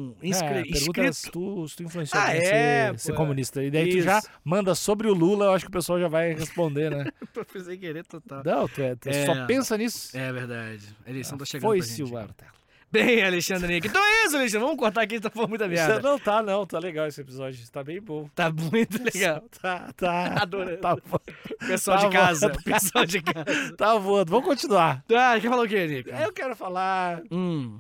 Speaker 3: um inscri-
Speaker 1: É, pergunta
Speaker 3: inscrito.
Speaker 1: se tu, se tu influenciou
Speaker 3: Ah,
Speaker 1: alguém a
Speaker 3: é,
Speaker 1: ser, ser
Speaker 3: pô.
Speaker 1: comunista. E daí tu
Speaker 3: Isso.
Speaker 1: já manda sobre o Lula, eu acho que o pessoal já vai responder, né?
Speaker 3: Tô sem querer total.
Speaker 1: não, tu, é- tu
Speaker 3: É.
Speaker 1: só pensa nisso.
Speaker 3: É verdade. A eleição tá chegando
Speaker 1: Foi
Speaker 3: pra gente.
Speaker 1: Silvio Artelo.
Speaker 3: Bem, Alexandre Nick. Então é isso, Alexandre. Vamos cortar aqui, tá falando muita merda.
Speaker 1: Não tá, não. Tá legal esse episódio. Tá bem bom.
Speaker 3: Tá muito legal.
Speaker 1: Tá, tá.
Speaker 3: Adorando.
Speaker 1: Tá, vo-
Speaker 3: é Pessoal
Speaker 1: Tá
Speaker 3: de casa.
Speaker 1: voando.
Speaker 3: Pessoal de casa.
Speaker 1: tá voando. Vamos continuar.
Speaker 3: Ah, quer falar o quê, Nick?
Speaker 1: Eu quero falar
Speaker 3: Hum.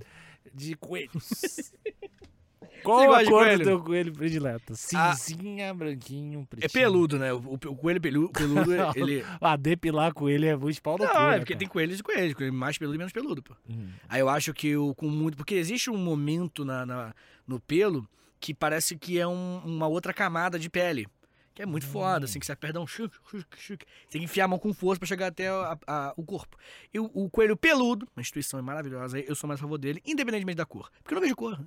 Speaker 1: de coelhos.
Speaker 3: Você
Speaker 1: Qual
Speaker 3: gosta
Speaker 1: a
Speaker 3: de
Speaker 1: cor
Speaker 3: coelho?
Speaker 1: do teu coelho Ah. predileto? Cinzinha, branquinho,
Speaker 3: É
Speaker 1: pretinho.
Speaker 3: peludo, né? O, o- o coelho pelu- peludo,
Speaker 1: Não.
Speaker 3: ele.
Speaker 1: Ah, depilar coelho é muito de pau da
Speaker 3: Não, é porque tem coelhos e coelhos, coelho mais peludo e menos peludo, pô.
Speaker 1: Uhum.
Speaker 3: Aí eu acho que o com muito. Porque existe um momento na, na- no pelo que parece que é um- uma outra camada de pele. Que é muito foda, assim, que você aperta um chuc, chuc, chuc. Você tem que enfiar a mão com força pra chegar até a- a- o corpo. E o, o coelho peludo, uma instituição maravilhosa, aí, eu sou mais a favor dele, independentemente da cor. Porque eu não vejo cor, né?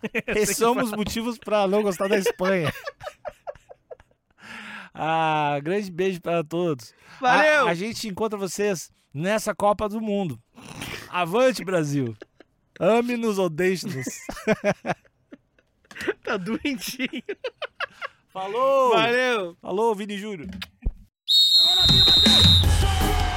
Speaker 1: Esses são os motivos pra não gostar da Espanha. ah, grande beijo pra todos.
Speaker 3: Valeu!
Speaker 1: A, a gente encontra vocês nessa Copa do Mundo. Avante, Brasil! Ame-nos ou deixe-nos.
Speaker 3: Tá doentinho.
Speaker 1: Falou!
Speaker 3: Valeu!
Speaker 1: Falou, Vini Júnior.
Speaker 6: Olha, bateu, bateu! Só!